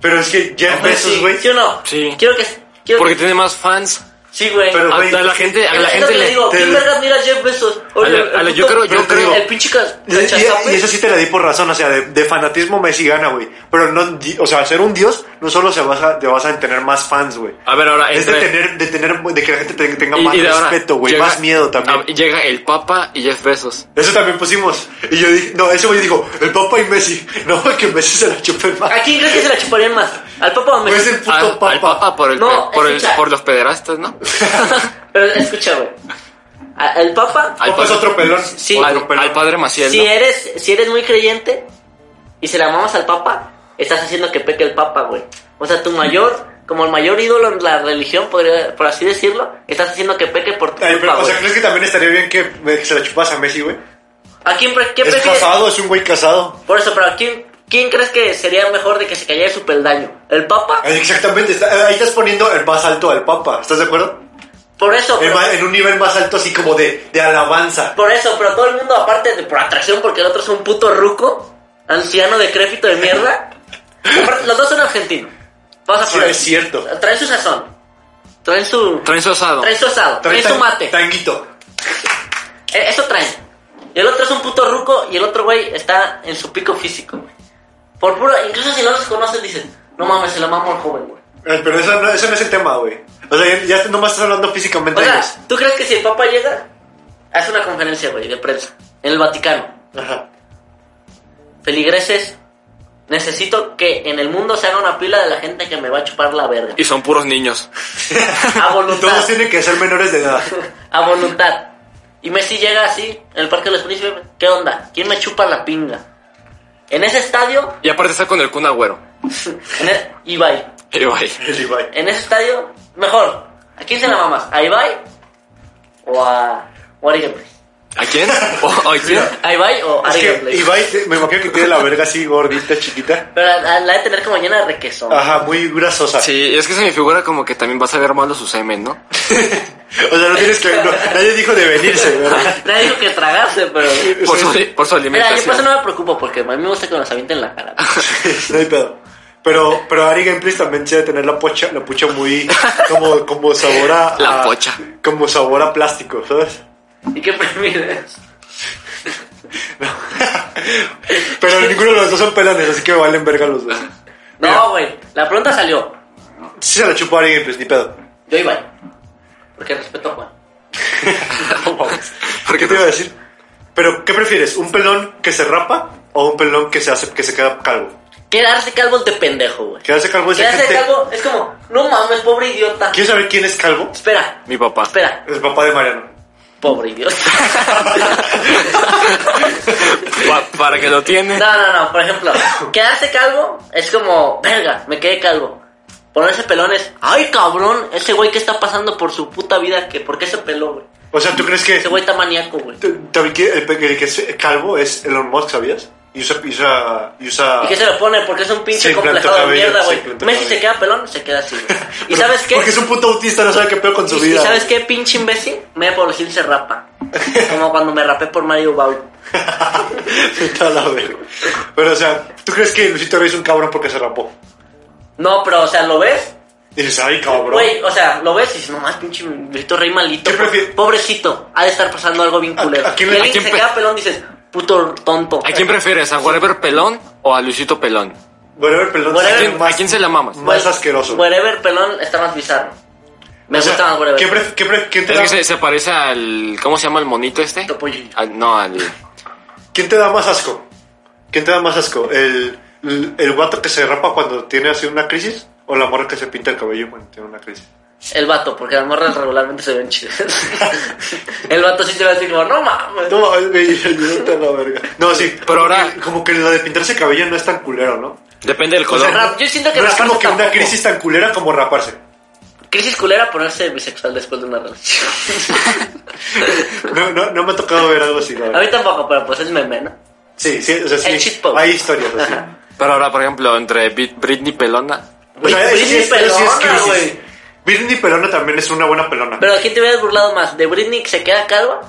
S1: Pero es que Jeff
S2: Messi,
S1: Bezos, güey...
S2: ¿Sí o no?
S3: Sí.
S2: Quiero que... Quiero
S3: Porque
S2: que-
S3: tiene más fans.
S2: Sí, güey.
S1: Pero,
S3: A,
S1: güey,
S3: a la gente, a la
S2: Es lo
S3: gente
S2: que
S3: le.
S2: digo,
S1: te-
S2: ¿quién vergas mira a Jeff Bezos? O
S3: A la-
S2: el-
S3: a la-
S2: el
S3: yo
S2: puto-
S3: creo- yo
S2: el-
S3: creo-
S2: El pinche ca-
S1: Y, y-
S2: cachazape.
S1: y eso sí te la di por razón, o sea, de, de fanatismo Messi gana, güey. Pero no, di- o sea, ser un dios no solo se basa, te basa en tener más fans, güey.
S3: A ver, ahora
S1: Es de
S3: Ah, entre-
S1: tener, de tener, de que la gente te- tenga
S3: y-
S1: más
S3: y de ahora
S1: respeto, güey,
S3: llega-
S1: más miedo también.
S3: ah, Llega el Papa y Jeff Bezos.
S1: Eso también pusimos. Y yo dije, no, ese güey dijo, el Papa y Messi. No, que Messi se la chupe más.
S2: ¿A quién crees que se la chuparían más? ¿Al Papa o a
S1: Pues
S2: Messi?
S1: el puto
S3: Al,
S1: Papa.
S3: al Papa por, el,
S2: No,
S3: por, el-
S2: escucha.
S3: por los pederastas, ¿no?
S2: Pero escucha, güey. A- ¿Al Papa?
S3: Al
S1: Papa es
S3: padre-
S1: otro pelón.
S2: Sí. eh.
S1: Otro
S3: Al,
S1: pelón.
S3: al padre Maciel.
S2: Si
S3: ¿no?
S2: eres, si eres muy creyente y se la mamas al Papa, estás haciendo que peque el Papa, güey. O sea, tu mayor, como el mayor ídolo en la religión, podría, por así decirlo, estás haciendo que peque por tu
S1: Ay, pero,
S2: culpa,
S1: o sea,
S2: güey.
S1: ¿crees que también estaría bien que me- se la chupas a Messi, güey?
S2: ¿A quién pre- qué
S1: Es
S2: prefieres?
S1: casado, es un güey casado.
S2: Por eso, pero ¿a quién, quién crees que sería mejor de que se cayera su peldaño? ¿El Papa?
S1: Ay, Exactamente, está- ahí estás poniendo el más alto al Papa, ¿estás de acuerdo?
S2: Por eso,
S1: En,
S2: pero-
S1: ma- en un nivel más alto así como de, de alabanza.
S2: por eso, pero todo el mundo, aparte de por atracción, porque el otro es un puto ruco, anciano decrépito de mierda. Aparte, los dos son argentinos. Pasa
S1: Sí,
S2: por ahí.
S1: es cierto.
S2: Traen su sazón. Traen su...
S3: Traen su asado.
S2: Traen su asado, traen su
S1: tan-
S2: mate.
S1: Tanguito.
S2: Eh, Eso traen. Y el otro es un puto ruco y el otro güey está en su pico físico, güey. Por puro, incluso si no los conoces, dices, no mames, se la mamo al joven, güey.
S1: Ay, Pero eso no, eso no es el tema, güey. O sea, ya, ya nomás estás hablando físicamente
S2: O
S1: de
S2: sea,
S1: ellos.
S2: ¿tú crees que si el Papa llega, hace una conferencia, güey, de prensa, en el Vaticano?
S1: Ajá.
S2: Feligreses, necesito que en el mundo se haga una pila de la gente que me va a chupar la verga.
S3: Y son puros niños.
S2: A
S1: Y todos
S2: voluntad.
S1: tienen que ser menores de edad.
S2: A voluntad. Y Messi llega así, en el Parque de los Príncipes, ¿qué onda? ¿Quién me chupa la pinga? En ese estadio,
S3: Y aparte está con el Kun Agüero.
S2: en el, y bye.
S3: Y bye.
S1: El Ibai.
S2: En ese estadio, mejor. ¿A quién se la mamas? ¿A Ibai? ¿O a, o a Ari Gameplay?
S3: ¿A quién? ¿O, o a quién?
S1: Mira.
S2: ¿A Ibai o a
S1: Es
S2: Ari
S1: que
S2: Gameplay?
S1: Ibai, te- me imagino que tiene la verga así gordita, chiquita.
S2: Pero la, la de tener como llena de requesón.
S3: Ah.
S1: Ajá, muy grasosa.
S3: Sí, es que se me figura como que también vas a ver malo su semen, ¿no?
S1: O sea, no tienes que. no- nadie dijo de venirse, ¿verdad?
S2: Nadie dijo que tragarse, pero...
S3: Por su, por su
S2: Mira, yo por eso
S3: alimentación.
S2: no me preocupo, porque a mí me gusta que nos avienten la cara.
S1: no hay pedo. Pero, pero Ari Gameplays también debe tener la pocha, la pucha muy. como, como sabor a.
S3: La
S1: a-
S3: pocha.
S1: Como sabor a plástico, ¿sabes?
S2: ¿Y qué prefieres?
S1: Pero ninguno de los dos son pelones, así que me valen verga los dos. Mira.
S2: No, güey. La pregunta salió.
S1: Sí se la chupó Ari Gameplays, ni pedo.
S2: Yo Ibai. Porque respeto a Juan.
S3: ¿Por
S1: ¿Qué
S3: qué
S1: te iba a
S3: te-
S1: decir? Pero, ¿qué prefieres? ¿Un pelón que se rapa o un pelón que se hace, que se queda calvo?
S2: Quedarse calvo es de pendejo, güey.
S1: Quedarse calvo es de
S2: Quedarse
S1: gente.
S2: calvo es como... No mames, pobre idiota.
S1: ¿Quieres saber quién es calvo?
S2: Espera,
S3: Mi papá.
S2: espera.
S1: El papá de Mariano.
S2: Pobre idiota.
S3: Pa- para que lo tiene.
S2: No, no, no, por ejemplo, quedarse calvo es como, verga, me quedé calvo. Ponerse pelón es, ay cabrón, ese güey que está pasando por su puta vida, que ¿por qué se peló, güey?
S1: O sea, ¿tú crees que
S2: Ese güey está maníaco, güey.
S1: T- También que el, pe- el que es eh, calvo es Elon Musk, ¿sabías? Y usa... Y usa, y usa-
S2: ¿Y qué se lo pone? Porque es un pinche
S1: Se implantó
S2: complejado de
S1: cabello,
S2: mierda,
S1: se
S2: güey.
S1: implantó
S2: Messi
S1: cabello.
S2: se queda pelón, se queda así, güey. ¿Y
S1: Pero-
S2: sabes qué?
S1: Porque es un puto autista, no sabe qué pedo con su
S2: ¿Y, y
S1: vida.
S2: sabes qué, pinche imbécil? Me por decir se rapa. Como cuando me rapé por Mario Bau.
S1: Vete a la verga. Pero, o sea, ¿tú crees que Luisito Rey es un cabrón porque se rapó?
S2: No, pero, o sea, ¿lo ves?
S1: Y dices, ay, cabrón.
S2: Güey, o sea, lo ves y dices, nomás pinche grito rey malito.
S1: ¿Qué prefier-
S2: Pobrecito, ha de estar pasando algo bien
S1: ¿A-
S2: culero.
S1: a quién
S2: y
S1: le-
S2: alguien
S3: a quién
S2: se
S3: pre-
S2: queda pelón dices, puto tonto.
S3: ¿A quién prefieres? ¿A Whatever Pelón o a Luisito Pelón?
S1: Whatever, pelón.
S2: Whatever.
S1: se
S3: ¿A
S1: ve
S3: quién,
S1: más-
S3: a quién se la mamas?
S1: más asqueroso.
S2: Wherever pelón está más bizarro. Me
S1: O sea,
S2: gusta más wherever.
S1: ¿Qué, pref- qué pref- quién te
S3: Es
S1: da,
S3: que se, se parece al... ¿Cómo se llama el monito este?
S2: Topollillo.
S3: Al- no, al...
S1: quién te da más asco? ¿Quién te da más asco? ¿El, el, el guato que se rapa cuando tiene así una crisis? ¿O la morra que se pinta el cabello cuando tiene una crisis?
S2: El vato, porque las morras regularmente se ven chidas. el vato sí se ve así como, no mames.
S1: No, el ayúdate a la verga. No, sí.
S3: Pero ahora-
S1: Como que, como que lo de pintarse cabello no es tan culero, ¿no?
S3: Depende del color.
S1: O sea,
S2: Rap, yo siento que
S1: No es
S2: raparse
S1: como que una
S2: tampoco.
S1: crisis tan culera como raparse.
S2: Crisis culera ponerse bisexual después de una relación.
S1: No, no, no me ha tocado ver algo así, la
S2: A
S1: verdad.
S2: mí tampoco, pero pues es meme, ¿no?
S1: Sí, sí, o sea,
S2: El
S1: sí.
S2: shitpost.
S1: Hay historias así.
S3: Pero ahora, por ejemplo, entre Brit- Britney Pelona...
S1: O sea,
S2: Britney
S1: es- es- eso sí es
S2: pelona,
S1: crisis.
S2: güey.
S1: Britney Pelona también es una buena pelona.
S2: Pero ¿a quién te hubieras burlado más? ¿De Britney que se queda calva?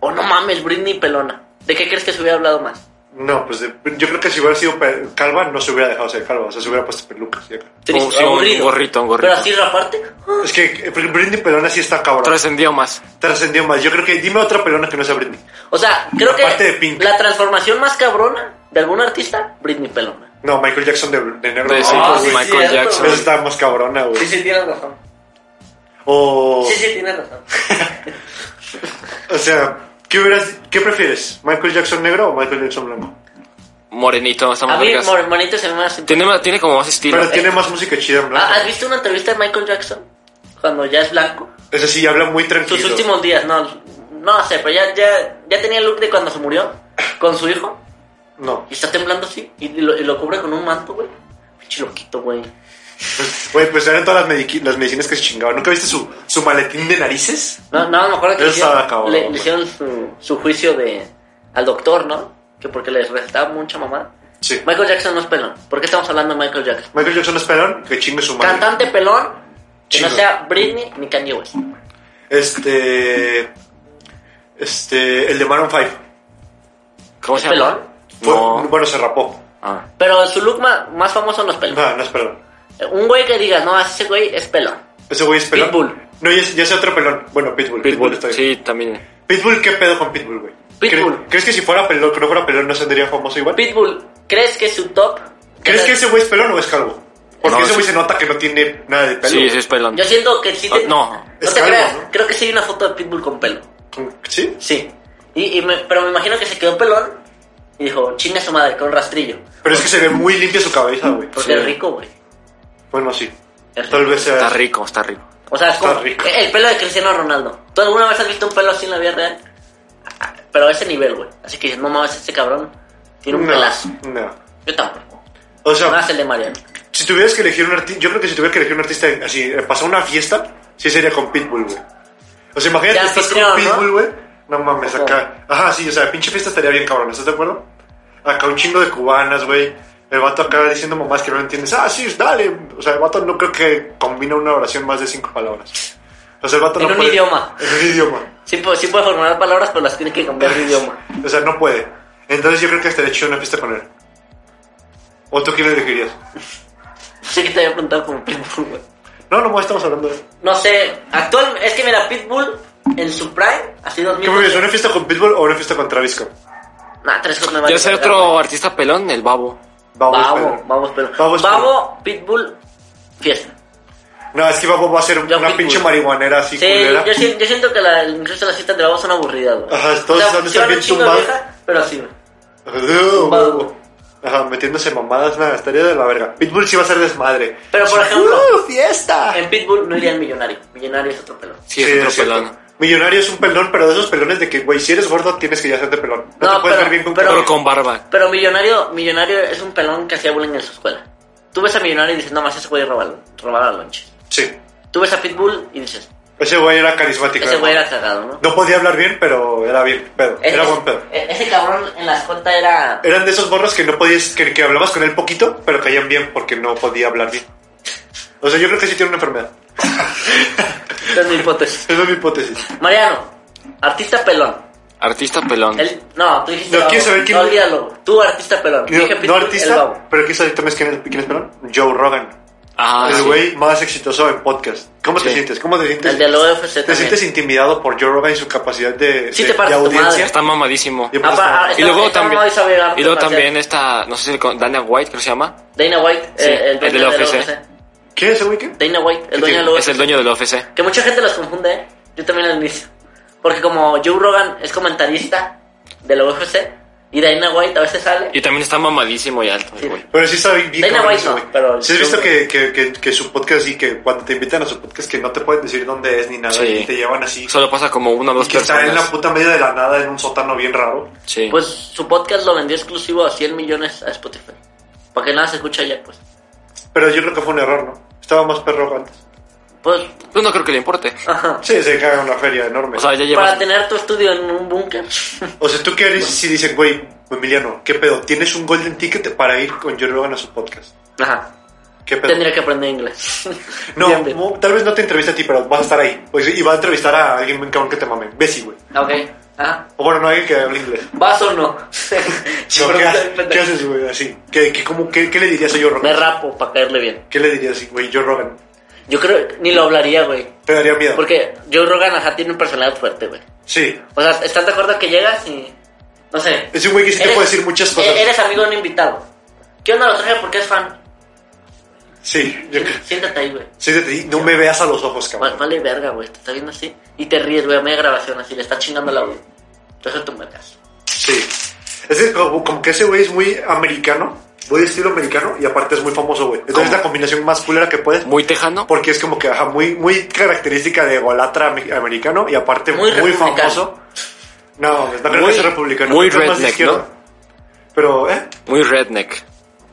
S2: ¿O no mames, Britney pelona? ¿De qué crees que se hubiera hablado más?
S1: No, pues de- yo creo que si hubiera sido pe- calva, no se hubiera dejado ser calva, o sea, se hubiera puesto pelucas. y acá.
S2: Triste,
S3: sí, un
S2: aburrido.
S3: gorrito, un gorrito.
S2: Pero así raparte.
S1: Es que eh, Britney Pelona sí está cabrón.
S3: Trascendió más.
S1: Trascendió más. Yo creo que dime otra pelona que no sea Britney.
S2: O sea, creo
S1: Aparte de
S2: que
S1: Pink.
S2: la transformación más cabrona de algún artista, Britney Pelona.
S1: No, Michael Jackson de, de negro.
S3: De- sí,
S1: Ah,
S2: Ah,
S3: con
S2: sí,
S3: Michael
S2: cierto.
S3: Jackson.
S1: Esa está más cabrona, güey.
S2: sí, tienes razón.
S1: O,
S2: Sí, sí, tienes razón.
S1: o sea, ¿qué, hubieras, ¿qué prefieres? ¿Michael Jackson negro o Michael Jackson blanco?
S3: Morenito, está
S2: A
S3: más
S2: mí,
S3: vergas.
S2: Mormonito se me hace...
S3: Tiene, más- tiene como más estilo.
S1: Pero tiene más música chida en
S2: Ah, ¿Has
S1: blanco.
S2: visto una entrevista de Michael Jackson? Cuando ya es blanco.
S1: Ese sí, habla muy tranquilo.
S2: Sus últimos días, no, no sé, pero ya, ya, ya tenía el look de cuando se murió con su hijo
S1: No.
S2: y está temblando así y lo, y lo cubre con un manto, güey. Pinche loquito, güey.
S1: Güey, pues eran todas las, mediqui- las medicinas que se chingaban. ¿Nunca viste su, su maletín de narices?
S2: No, no, me acuerdo que le
S1: Eso
S2: hicieron,
S1: estaba cabrón,
S2: le- le,
S1: güey.
S2: hicieron su, su juicio de al doctor, ¿no? Que porque les recetaba mucha mamada.
S1: Sí.
S2: Michael Jackson no es pelón. ¿Por qué estamos hablando de Michael Jackson?
S1: Michael Jackson es pelón, que chingue su madre.
S2: Cantante pelón que
S1: Chido.
S2: no sea Britney ni Kanye West.
S1: Este. Este. El de Maroon 5.
S3: ¿Cómo
S2: ¿Es
S3: se llama?
S2: pelón?
S1: Fue-
S3: No.
S1: Bueno, se rapó.
S2: ¿eh?
S3: Ah.
S2: Pero su look ma- más, famoso no es pelón.
S1: No, no es pelón.
S2: Un güey que diga, no, ese güey es pelón.
S1: Ese güey es pelón.
S2: Pitbull.
S1: No, ya, es- ya es otro pelón. Bueno, Pitbull. Pitbull,
S3: Pitbull.
S1: está bien.
S3: Sí, también.
S1: Pitbull, ¿qué pedo con Pitbull, güey?
S2: Pitbull.
S1: ¿Cre- ¿Crees que si fuera pelón, que no fuera pelón, no sería famoso igual?
S2: Pitbull, ¿crees que su top?
S1: ¿Crees que ese güey es pelón o es calvo? Porque
S3: No,
S1: ese güey
S3: sí.
S1: se nota que no tiene nada de pelo.
S3: Sí, sí, es pelón.
S2: Yo siento que sí. te-
S3: Ah, no.
S2: te
S1: Es calvo,
S2: creas,
S1: ¿no?
S2: Creo que sí hay una foto de Pitbull con pelo.
S1: ¿Sí?
S2: Sí. Y, y me- pero me imagino que se quedó pelón y dijo, chinga su madre, con un rastrillo.
S1: Pero es que se ve muy limpia su cabeza, güey.
S2: Porque
S3: Sí.
S2: es rico, güey.
S1: Bueno, sí.
S2: Es
S1: Tal
S2: rico.
S1: vez sea.
S3: Está rico, está rico.
S2: O sea, es
S1: Está
S2: como
S1: rico.
S2: el pelo de Cristiano Ronaldo. ¿Tú alguna vez has visto un pelo así en la vida real? Ah, Pero a ese nivel, güey. Así que no mames, este cabrón tiene un
S1: no,
S2: pelazo.
S1: no.
S2: Yo tampoco.
S1: O sea,
S2: Más el de Mariano.
S1: si tuvieras que elegir un artista. Yo creo que si tuviera que elegir un artista así, eh, pasar una fiesta, sí sería con Pitbull, güey. O sea, imagínate
S2: Ya
S1: que estás
S2: anfitrión,
S1: con Pitbull,
S2: ¿no?
S1: güey. No mames,
S2: Ojo.
S1: acá. Ajá, sí, o sea, pinche fiesta estaría bien cabrón, ¿estás de acuerdo? Acá un chingo de cubanas, güey. El vato acá diciendo mamás que no entiendes. Ah, sí, dale. O sea, el vato no creo que combina una oración más de cinco palabras. O sea, el vato
S2: En
S1: no
S2: un
S1: puede-
S2: idioma.
S1: En un idioma.
S2: Sí, pu- sí puede formular palabras, pero las tiene que cambiar de idioma.
S1: O sea, no puede. Entonces yo creo que estaría chido una fiesta con él. ¿O tú quién elegirías?
S2: Sí que te había preguntado como Pitbull, güey.
S1: No, no, estamos hablando de...
S2: No sé, actual es que mira, Pitbull en su prime, así 2000.
S1: ¿Qué prefieres, una fiesta con Pitbull o una fiesta con Travis Scott?
S2: Nah, tres cosas me valen
S3: Ya sé
S2: verga,
S3: otro
S2: güey.
S3: artista pelón, el babo.
S1: Vamos,
S2: Babo,
S1: Pedro.
S2: vamos, pero.
S1: Babo es
S2: Babo, Pitbull, fiesta.
S1: No, es que Babo va a ser una
S2: Yo Pitbull.
S1: pinche marihuanera así
S2: Sí,
S1: culera.
S2: yo, si- yo siento que la, incluso las fiestas de Babo son aburridas, güey.
S1: Ajá, todos van a
S2: sí
S1: estar
S2: van
S1: bien
S2: un chingo de
S1: tumbados.
S2: viejas, Pero así, güey.
S1: Ajá, Ajá, metiéndose mamadas, nada, estaría de la verga. Pitbull sí va a ser desmadre.
S2: Pero, por ejemplo-
S1: ¡Uh, fiesta!
S2: En Pitbull no iría el millonario. Millonario es otro pelo.
S3: Sí, es otro
S1: cierto.
S3: pelón.
S1: Millonario es un pelón, pero de esos pelones de que, güey, si eres gordo tienes que ya ser de pelón. No,
S2: No,
S1: te puedes
S2: pero-
S1: ver bien con
S2: pero-
S1: cabello.
S3: Pero con barba.
S2: Pero millonario, millonario es un pelón que hacía bullying en su escuela. Tú ves a millonario y dices, no más, ese güey robaba, robaba lonches.
S1: Sí.
S2: Tú ves a Pitbull y dices,
S1: Ese güey era carismático.
S2: ese güey
S1: hermano.
S2: era cagado, ¿no?
S1: No podía hablar bien, pero era bien pedo.
S2: Ese-
S1: Era buen pedo.
S2: e- Ese cabrón en la escolta era.
S1: Eran de esos morros que no podías, que, que hablabas con él poquito, pero caían bien porque no podía hablar bien. O sea, yo creo que sí tiene una enfermedad.
S2: Esta es mi hipótesis.
S1: Esa es mi hipótesis.
S2: Mariano, artista pelón.
S3: Artista pelón.
S2: El- no, tú dijiste.
S1: No,
S2: babo.
S1: quiero saber quién-
S2: No, olvídalo. Tú, artista pelón.
S1: No,
S2: Dije
S1: no
S2: Pitbull, el
S1: artista,
S2: babo.
S1: pero ¿quién sabe también quién es, quién es pelón? Joe Rogan.
S3: Ah,
S1: el
S3: sí.
S1: güey más exitoso en podcast. ¿Cómo te
S3: Sí.
S1: sientes? ¿Cómo te sientes?
S2: El de la UFC
S1: ¿Te
S2: también.
S1: sientes intimidado por Joe Rogan y su capacidad de,
S2: Sí
S1: de-
S2: te partes
S1: de
S2: tu
S1: audiencia?
S2: madre.
S3: Está mamadísimo.
S1: Y pues-
S2: Ah,
S1: aparte
S2: pa-
S1: está-
S2: ah,
S3: Y
S2: está-
S3: luego
S2: está
S3: también.
S2: mamado Isabel Arte,
S3: Y luego
S2: parcial.
S3: también esta, no sé si con Dana White, creo que se llama.
S2: Dana White,
S3: Sí,
S2: eh, el
S3: el de
S2: dueño
S3: la
S2: de la
S3: UFC.
S2: UFC.
S1: ¿Qué? ¿Ese güey qué?
S2: Dana White, el dueño de la
S3: Es
S2: UFC.
S3: el dueño del UFC.
S2: Que mucha gente los confunde, ¿eh? Yo también al inicio. Porque como Joe Rogan es comentarista de la UFC y Dana White a veces sale.
S3: Y también está mamadísimo y alto el
S2: Sí.
S3: güey.
S1: Pero sí está bien bien
S2: Dana
S1: cabrón
S2: White
S1: ese
S2: no,
S1: güey.
S2: pero
S1: ¿Sí has
S2: Joe
S1: visto
S2: Rogan.
S1: que, que, que, que su podcast y que cuando te invitan a su podcast que no te pueden decir dónde es ni nada
S3: Sí.
S1: y te llevan así?
S3: Solo pasa como una o dos
S1: que está en la
S3: personas.
S1: puta media de la nada en un sótano bien raro.
S3: Sí.
S2: Pues su podcast lo vendió exclusivo a 100 millones a Spotify. Para que nada se escucha ya, pues.
S1: Pero yo creo que fue un error, ¿no? Estaba más perro antes.
S2: Pues,
S3: Yo no creo que le importe.
S2: ajá.
S1: Sí, se caga una feria enorme.
S3: O sea, ya
S2: Para
S3: llevas.
S2: tener tu estudio en un búnker.
S1: ¿tú qué harías si dicen, güey, Emiliano, qué pedo? Tienes un golden ticket para ir con Joe Rogan a su podcast.
S2: Ajá.
S1: ¿Qué pedo?
S2: Tendría que aprender inglés.
S1: No,
S2: Bien, bien.
S1: mo- tal vez no te entrevista a ti, pero vas a estar ahí. Pues, y va a entrevistar a alguien bien cabrón que te mame. Bessie, güey.
S2: Ok. Ah,
S1: O bueno, no hay que hable inglés.
S2: ¿Vas o no?
S1: No,
S2: Pero
S1: ¿qué,
S2: está
S1: haces-
S2: bien pendejo.
S1: qué haces, güey? Así. ¿Qué, qué, cómo- qué- qué le dirías a yo,
S2: Me
S1: Rogan?
S2: rapo para caerle bien.
S1: ¿Qué le dirías, güey? Yo, Rogan.
S2: Yo creo ni lo hablaría, güey.
S1: ¿Te daría miedo?
S2: Porque Joe Rogan, ajá, tiene un personalidad fuerte, güey.
S1: Sí.
S2: O sea, ¿estás de acuerdo que llegas y... No sé.
S1: Es un güey que sí te
S2: eres-
S1: puede decir muchas cosas.
S2: e- Eres amigo de un invitado. ¿Qué onda lo traje porque es fan?
S1: Sí. Yo, creo-
S2: Siéntate ahí, güey.
S1: sí, te di- no me veas a los ojos,
S2: Vale,
S1: cabrón.
S2: vale verga, güey. Te está viendo así. Y te ríes, güey. a media grabación así. Le está chingando la güey. Entonces tú me das.
S1: Sí. Es que como, como que ese güey es muy americano, muy de estilo americano, y aparte es muy famoso, güey. Entonces es
S3: ¿Cómo?
S1: la combinación más culera que puedes.
S3: Muy tejano.
S1: Porque es como que, ajá, muy, muy característica de golatra americano y aparte
S2: Muy
S1: muy,
S2: republicano.
S1: famoso. No, no creo
S3: Muy-
S1: que sea republicano.
S3: muy
S1: creo que es más de
S3: redneck, ¿no?
S1: izquierda. Pero, ¿eh?
S3: Muy redneck.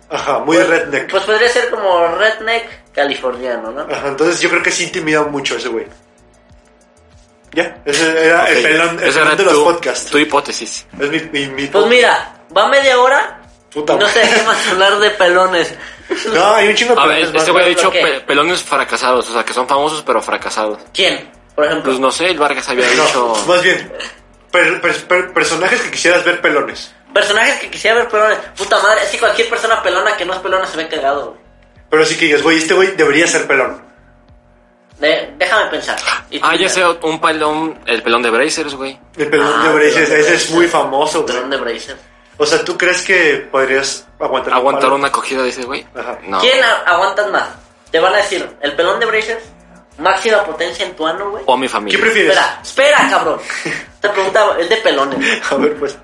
S1: Ajá, muy redneck. Ah,
S2: Pues podría ser como redneck californiano, ¿no?
S1: Ajá, entonces yo creo que sí intimida mucho ese güey. Ya, ese era
S3: Ok.
S1: el pelón, el
S3: Esa
S1: pelón
S3: era
S1: de los
S3: tu-
S1: podcasts.
S3: Tu hipótesis.
S1: Es mi, mi, mi-
S2: Pues mira, va media hora.
S1: Puta
S2: y no
S1: madre.
S2: te dejemos hablar de pelones.
S1: No, hay un chingo de
S3: A ver,
S1: pelones más,
S3: este güey ha
S1: güey.
S3: dicho
S2: ¿por qué?
S3: pe- pelones fracasados, o sea, que son famosos pero fracasados.
S2: ¿Quién? Por ejemplo.
S3: Pues no sé, el Vargas había dicho...
S1: No, más bien, per- per- per- personajes que quisieras ver pelones.
S2: Personajes que quisiera ver pelones. Puta madre, es que cualquier persona pelona que no es pelona se ve cagado, güey.
S1: Pero sí que digas, güey, este güey debería ser pelón.
S2: De- déjame pensar. Y tú
S3: Ah, ya
S2: mira,
S3: sé, un pelón, el pelón de Brazers, güey.
S1: El pelón
S2: Ah,
S1: de Brazers,
S2: pelón de
S1: ese es muy famoso, güey.
S2: pelón de Bracer.
S1: O sea, ¿tú crees que podrías aguantar un
S3: Aguantar
S1: palo?
S3: una acogida de ese güey.
S1: Ajá.
S3: No.
S2: ¿Quién a- aguantas más? Te van a decir, el pelón de Bracer, máxima potencia en tu ano, güey.
S3: O mi
S1: ¿Qué
S3: familia.
S1: prefieres?
S2: Espera, espera, cabrón. Te preguntaba, es de pelones.
S1: A ver, pues.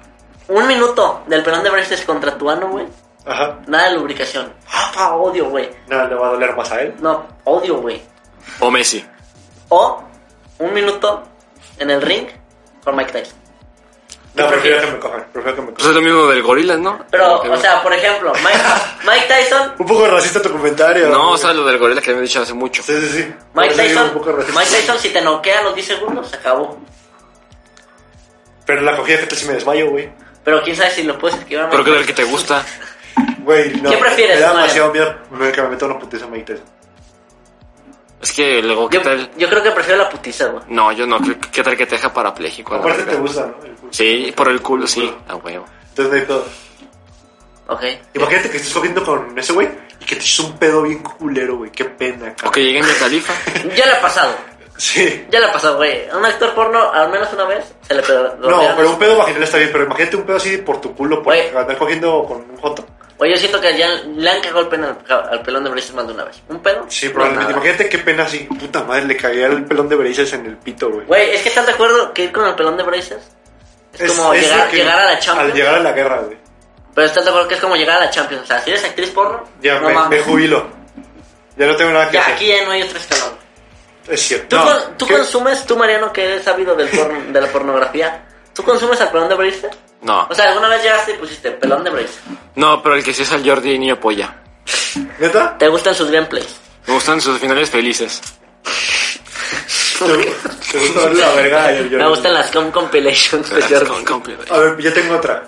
S2: Un minuto del pelón de Bracer contra tu ano, güey.
S1: Ajá.
S2: Nada de lubricación. Ah, pa, odio, güey.
S1: Nada, le va a doler más a él.
S2: No, odio, güey.
S3: O Messi.
S2: O un minuto en el ring con Mike Tyson.
S1: No, prefiero
S2: prefieres?
S1: que me cojan. Prefiero que me
S3: Pues
S1: cojan.
S3: es lo mismo del Gorila, ¿no?
S2: Pero,
S3: Que-
S2: o sea, por ejemplo, Mike, Mike Tyson,
S1: Un poco racista tu comentario.
S3: No,
S1: güey.
S3: o sea, lo del Gorila que habían dicho hace mucho.
S1: Sí, sí, sí. Por
S2: Mike
S1: eso digo,
S2: Tyson,
S1: un poco racista.
S2: Mike Tyson, si te noquea a los 10 segundos, se acabó.
S1: Pero la cogida que tal si me desmayo, güey.
S2: Pero quién sabe si lo puedes esquivar.
S3: Pero
S2: Mike
S3: que del
S2: Tyson.
S3: que te gusta.
S1: Güey, no.
S2: ¿Qué prefieres,
S1: Me da
S2: Mario?
S1: demasiado miedo me- que me meta una putiza Mike Tyson.
S3: Es que luego, ¿qué
S2: yo,
S3: tal?
S2: yo creo que prefiero la putiza, güey.
S3: No, yo no. creo que- ¿Qué tal que te deja parapléjico? a la
S1: Aparte te
S3: verga?
S1: gusta, ¿no? El culo.
S3: Sí, por el culo, sí. A huevo.
S1: Entonces no hay pedo.
S2: Ok.
S1: Imagínate que estés cogiendo con ese güey y que te hizo un pedo bien culero, güey. Qué pena,
S3: O
S1: cabrón.
S3: que llegue mi califa.
S2: Ya le ha pasado.
S1: Sí.
S2: Ya le ha pasado, güey. A un actor porno, al menos una vez, se le pegó.
S1: No, pero un pedo vaginal está bien, pero imagínate un pedo así por tu culo, por
S2: Güey.
S1: andar cogiendo con un joto.
S2: Oye, yo siento que ya le han cagado el pene al, al pelón de Bracer más de una vez. ¿Un pedo?
S1: Sí,
S2: No,
S1: probablemente.
S2: nada.
S1: Imagínate qué pena así. Puta madre, le caía el pelón de Berices en el pito, güey.
S2: Güey, es que estás de acuerdo que ir con el pelón de Bracer es, como
S1: es
S2: llegar,
S1: lo que-
S2: llegar a la Champions.
S1: Al llegar a la guerra, güey.
S2: Pero estás de acuerdo que es como llegar a la Champions. O sea, si eres actriz porno,
S1: Ya
S2: no
S1: me, me
S2: mames.
S1: jubilo. Ya no tengo nada que
S2: Ya,
S1: hacer.
S2: aquí ya no hay otro escalón.
S1: Es cierto.
S2: Tú,
S1: No,
S2: con- tú
S1: ¿qué?
S2: consumes, tú Mariano, que eres sabido del porno- de la pornografía, ¿tú consumes al pelón de Bracer?
S3: No.
S2: O sea, alguna vez llegaste y pusiste pelón de Bracer.
S3: No, pero el que sí es al Jordi Niño Polla.
S1: ¿Neta?
S2: ¿Te gustan sus gameplays?
S3: Me gustan sus finales felices.
S1: ¿Te, te gusta ver la verga? Yo- yo-
S2: Me gustan las com compilations de
S3: Las
S2: Jordan.
S3: con- con-
S1: A ver, yo tengo otra.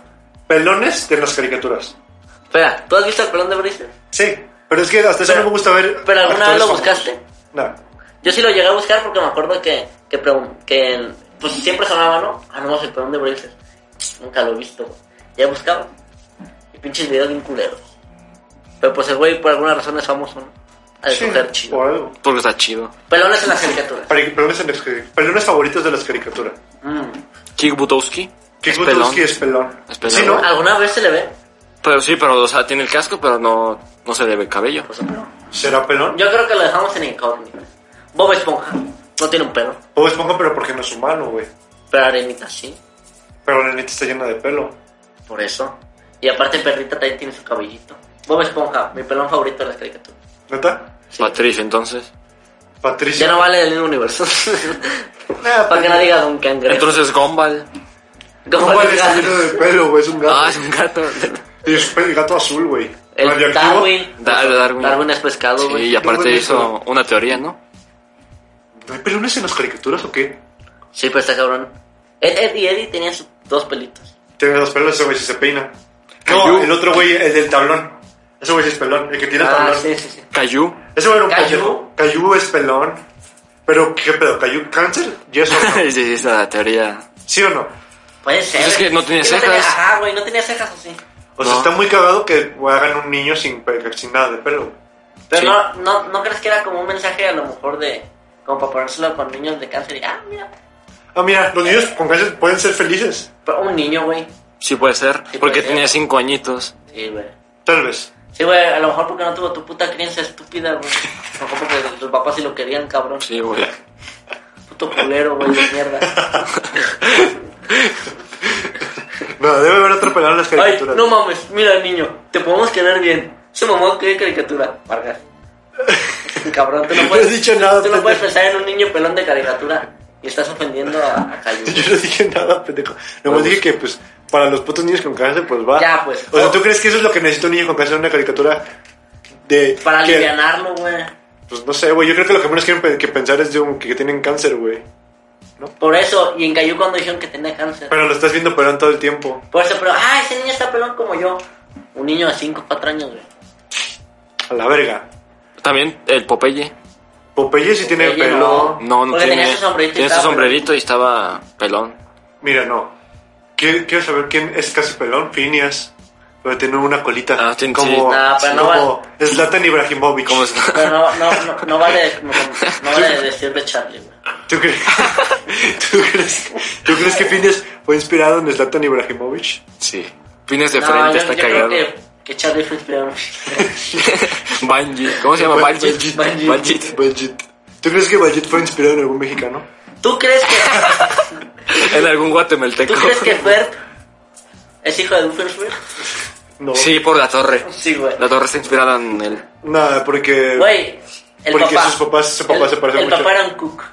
S1: Pelones de las caricaturas.
S2: Espera, ¿tú has visto el pelón de Bracer?
S1: Sí, pero es que hasta eso
S2: Pero-
S1: no me gusta ver.
S2: ¿Pero alguna vez
S1: actores
S2: lo
S1: famosos.
S2: buscaste?
S1: No.
S2: Yo sí lo llegué a buscar porque me acuerdo que, que, pregun- que pues siempre sonaba, ¿no? Ah, no, el pelón de Bracer. Nunca lo he visto, güey. Ya buscaba. Y pinches videos bien culeros. Pero pues el güey por alguna razón es famoso, ¿no? A
S1: Sí,
S2: escoger chido.
S1: por algo.
S3: Porque está chido.
S2: Pelones en las caricaturas.
S1: Pari- Pelones, en las cari- pelones favoritos de las caricaturas.
S2: Mm.
S3: Kick Butowski.
S1: Kick
S3: Es pelón.
S1: Butowski es pelón.
S3: Es pelón.
S1: Sí, ¿no?
S2: ¿Alguna vez se le ve?
S3: Pero sí, pero, o sea, tiene el casco, pero no, no se le ve el cabello.
S2: Pues no.
S1: ¿Será pelón?
S2: Yo creo que lo dejamos en incógnito. Bob Esponja. No tiene un pelo.
S1: O es pongo, pero porque no es humano, güey.
S2: Pero Arenita sí.
S1: Pero la neta está llena de pelo.
S2: Por eso. Y aparte Perrita también tiene su cabellito. Bob Esponja, mi pelón favorito de las caricaturas.
S1: ¿Neta?
S3: Patricio, entonces.
S2: Ya
S1: Patricia.
S2: no vale del mismo universo.
S1: Nah,
S2: Para que no diga Don Cangrejo.
S3: Entonces, Gombal.
S2: ¿Cómo
S1: ¿Cómo
S2: le
S1: está
S2: digas?
S1: lleno de pelo, güey? Es un gato.
S3: Ah, es un gato.
S1: Y es pe- el gato azul, güey.
S2: El
S1: Radioactivo.
S2: Darwin.
S3: Da- Darwin.
S2: es pescado,
S3: Sí,
S2: güey.
S3: y aparte
S1: bonito.
S3: hizo una teoría, ¿no?
S1: ¿No hay pelones en las caricaturas o qué?
S2: Sí, pero está cabrón. Ed, Ed y Eddie tenían sus dos pelitos.
S1: Tiene los pelos ese güey si se peina.
S3: Cayu.
S1: No, el otro güey, el del tablón. Ese güey sí es pelón, el que tiene el
S2: Ah,
S1: tablón.
S2: sí, sí, sí.
S3: Cayu.
S1: Ese güey era un
S2: ¿Cayu?
S1: pendejo. Cayu es pelón. Pero, ¿qué pedo? ¿Cayu cáncer? ¿Y eso no?
S3: sí, sí, esa teoría.
S1: ¿Sí o no?
S2: Puede ser.
S3: Pues es que no tenía
S2: Sí, tenía-
S3: cejas.
S2: ajá, güey, no tenía cejas así.
S1: O sea,
S3: No.
S1: está muy cagado que hagan un niño sin, pe- sin nada de pelo.
S2: Pero
S3: Sí.
S2: no, no, no crees que era como un mensaje a lo mejor de. Como para ponérselo con niños de cáncer y. Ah, mira.
S1: Ah, mira, los niños con cáncer pueden ser felices.
S2: Pero un niño, güey.
S3: Sí puede ser,
S2: Sí puede
S3: porque
S2: ser.
S3: tenía cinco añitos.
S2: Sí, güey.
S1: Tal vez.
S2: Sí, güey, a lo mejor porque no tuvo tu puta crianza estúpida, güey. A lo mejor porque tus papás sí lo querían, cabrón.
S3: Sí, güey.
S2: Puto culero, güey, de mierda.
S1: No, debe haber otro pelado en las
S2: Ay,
S1: caricaturas.
S2: no mames, mira, niño, te podemos quedar bien. Su mamá qué caricatura, Vargas. Cabrón, tú no
S1: No
S2: puedes,
S1: he dicho nada,
S2: tú no
S1: pendejo.
S2: puedes pensar en un niño pelón de caricatura y estás ofendiendo a, a Cayu.
S1: Yo no dije nada, pendejo. Nomás dije que, pues, para los putos niños con cáncer, pues va.
S2: Ya, pues.
S1: O sea, ¿tú crees que eso es lo que necesita un niño con cáncer? Una caricatura de.
S2: Para
S1: que-
S2: alivianarlo, güey.
S1: Pues no sé, güey. Yo creo que lo que menos quieren pe- que pensar es de un, que, que tienen cáncer, güey.
S2: Por eso, y en Cayu cuando dijeron que tenía cáncer.
S1: Pero lo estás viendo pelón todo el tiempo.
S2: Por eso, pero, ah, ese niño está pelón como yo. Un niño de 5, 4 años, güey.
S1: A la verga.
S3: También el Popeye.
S1: Popeye sí tiene
S2: Popeye
S1: pelo.
S2: no.
S3: No, no
S2: Porque
S3: tiene.
S2: tenía su sombrerito y
S3: tenía su
S2: estaba
S3: sombrerito y estaba pelón.
S1: Mira, no. Qui- Quiero saber quién es casi pelón. Phineas. Pero tiene una colita.
S3: Ah, sí,
S1: como.
S3: sí.
S2: Nah, pero no
S1: como Zlatan Ibrahimovic.
S3: ¿Cómo es?
S2: Pero no, no, no, no vale, no, no vale decirle Charlie, güey.
S1: ¿Tú crees, ¿tú crees, tú crees que Phineas fue inspirado en Zlatan Ibrahimovic?
S3: Sí. Pines de
S2: No,
S3: frente,
S2: yo-
S3: está
S2: yo creo
S3: cagado.
S2: que, que Charlie fue inspirado.
S3: Bungie. ¿Cómo se llama?
S1: Bungie.
S3: Bungie.
S2: Bungie.
S3: Bungie.
S1: Bajit. ¿Tú crees que Bajit fue inspirado en algún mexicano?
S2: ¿Tú crees que...
S3: En algún guatemalteco.
S2: ¿Tú crees que Ferb es hijo de Doofenshmirtz?
S1: No.
S3: Sí, por la torre.
S2: Sí, güey.
S3: La torre está inspirada en él.
S1: Nada, porque.
S2: Güey, el
S1: Porque
S2: papá.
S1: sus papás- su papá
S2: el,
S1: se parece
S2: el
S1: mucho.
S2: papá era un cook.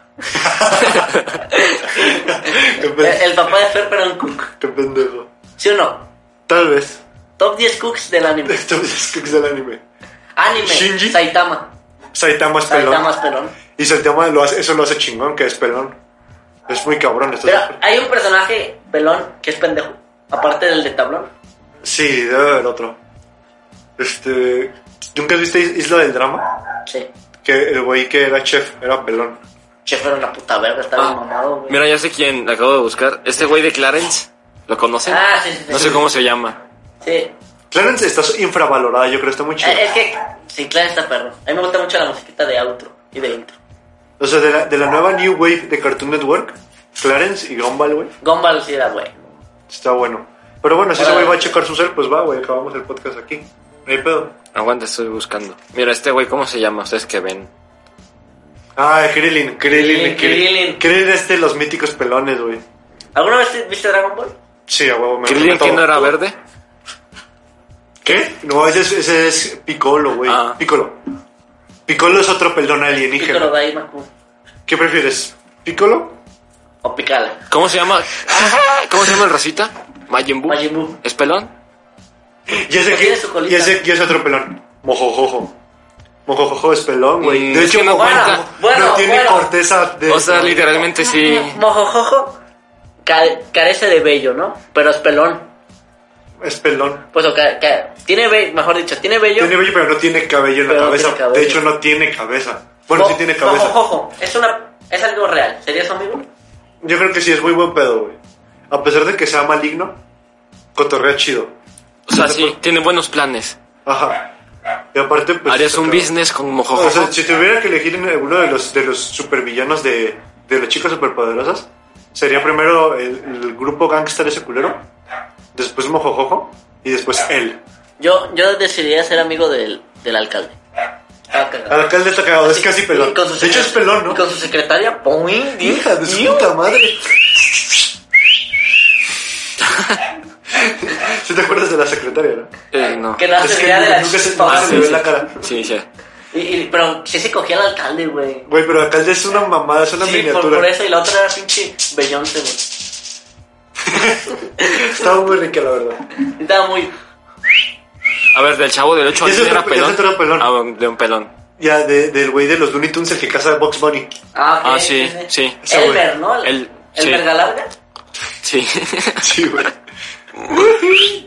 S1: Qué,
S2: El,
S1: pen-
S2: el papá de Ferb era un cook.
S1: qué pendejo.
S2: ¿Sí o no?
S1: Tal vez.
S2: Top 10 cooks del anime.
S1: Esto es que es del anime.
S2: Anime.
S1: Shinji.
S2: Saitama.
S1: Saitama es pelón.
S2: Saitama es pelón.
S1: Y Saitama lo hace, eso lo hace chingón, que es pelón. Es muy cabrón. esto
S2: Pero hay un personaje pelón que es pendejo. Aparte del de tablón.
S1: Sí, debe haber otro. Este. ¿Nunca viste Is- Isla del Drama?
S2: Sí.
S1: Que el güey que era chef era pelón.
S2: Chef era una puta verga, estaba
S3: Ah,
S2: mamado, güey.
S3: Mira, ya sé quién la acabo de buscar. Este güey de Clarence. ¿Lo conocen?
S2: Ah, sí, sí, sí.
S3: No sé cómo se llama.
S2: Sí.
S1: Clarence está infravalorada, yo creo, está muy chido.
S2: Eh, Es que, sí, claro, está perro. A mí me gusta mucho la musiquita de outro y de intro.
S1: O sea, de la, de la nueva New Wave de Cartoon Network, Clarence y Gumball, güey,
S2: Gumball sí era, güey.
S1: está bueno. Pero bueno, si ese
S2: Ahora-
S1: güey va a checar su cel, pues va, güey, acabamos el podcast aquí. No hay pedo.
S3: Aguanta, estoy buscando. Mira, este güey, ¿cómo se llama? Ustedes que ven.
S1: Ah, Krillin, Krillin, Krillin.
S2: Krillin, Krillin.
S1: Krillin es de los míticos pelones, güey.
S2: ¿Alguna vez viste Dragon Ball?
S1: Sí, a huevo, me
S3: ¿Krillin
S1: encantó.
S3: que no era verde?
S1: ¿Qué? No, ese es, ese es Piccolo, güey.
S3: Ah.
S1: Piccolo. Piccolo es otro pelón alienígena.
S2: Piccolo Daimaku.
S1: ¿Qué prefieres? ¿Piccolo?
S2: O Picala.
S3: ¿Cómo se llama? ¿Cómo se llama el Rosita? Majin Buu.
S2: Majin Buu.
S3: ¿Es pelón?
S1: Y ese,
S2: Pues
S1: que,
S2: tiene su colita.
S1: y ese, y ese otro pelón. Mojojojo. Mojojojo es pelón, güey.
S3: Mm,
S1: de
S3: es
S1: hecho,
S3: que no
S1: Mojojojo
S3: aguanta.
S2: Bueno,
S1: no tiene
S2: bueno.
S1: corteza de...
S3: O sea, literalmente sí.
S2: Mojojojo ca- carece de vello, ¿no? Pero es pelón.
S1: Es pelón.
S2: Pues, o ca- ca- tiene vello, mejor dicho, tiene vello.
S1: Tiene vello, pero no tiene cabello en la
S2: Pero no
S1: cabeza.
S2: tiene cabello.
S1: De hecho, no tiene cabeza. Bueno,
S2: Mo-
S1: sí tiene cabeza.
S2: Mojojojo. Es, una, es algo real. ¿Sería su amigo?
S1: Yo creo que sí, es muy buen pedo, güey. A pesar de que sea maligno, cotorrea chido.
S3: O sea, sí, tiene buenos planes.
S1: Ajá. Y aparte, pues...
S3: Harías un
S1: acaba-
S3: business con
S1: O
S3: Mojojojo.
S1: sea, si tuviera que elegir en uno de los, de los supervillanos de, de las chicas superpoderosas, sería primero el, el grupo gangster ese culero, después Mojojojo y después él.
S2: Yo, yo decidiría ser amigo del, del alcalde. Ah,
S1: El
S2: cagado.
S1: alcalde está cagado, es casi pelón.
S2: Y con su
S1: De hecho, es
S2: secre-
S1: pelón,
S2: y
S1: ¿no?
S2: Con su secretaria, ¡poing!
S1: Hija de su puta madre. ¿Sí te acuerdas de la secretaria, no?
S3: Eh, no.
S2: Que no hace
S1: Es que
S2: idea de
S1: nunca,
S2: la
S1: nunca se,
S2: chispa,
S1: nunca
S2: güey.
S1: se le ve la cara.
S3: Sí, sí.
S2: Y, y- pero sí se cogía al alcalde, güey.
S1: Güey, pero el alcalde es una mamada, es una
S2: Sí, por,
S1: miniatura.
S2: por eso. Y la otra era pinche Beyoncé, güey.
S1: Estaba muy rica, la verdad.
S2: Estaba muy...
S3: A ver, del chavo del 8
S1: Ese
S3: años
S1: otro-
S3: era pelón.
S1: ese otro era pelón.
S3: Ah, bueno, de un pelón.
S1: Ya, de- del güey de los Looney Tunes, el que caza a Box Bunny.
S2: Ah, ok,
S3: Ah, sí, sí.
S1: Ese
S2: Elmer,
S1: güey.
S2: ¿no? El,
S3: El-
S2: el,
S3: sí.
S2: Vergalarga.
S3: Sí.
S1: Sí, güey.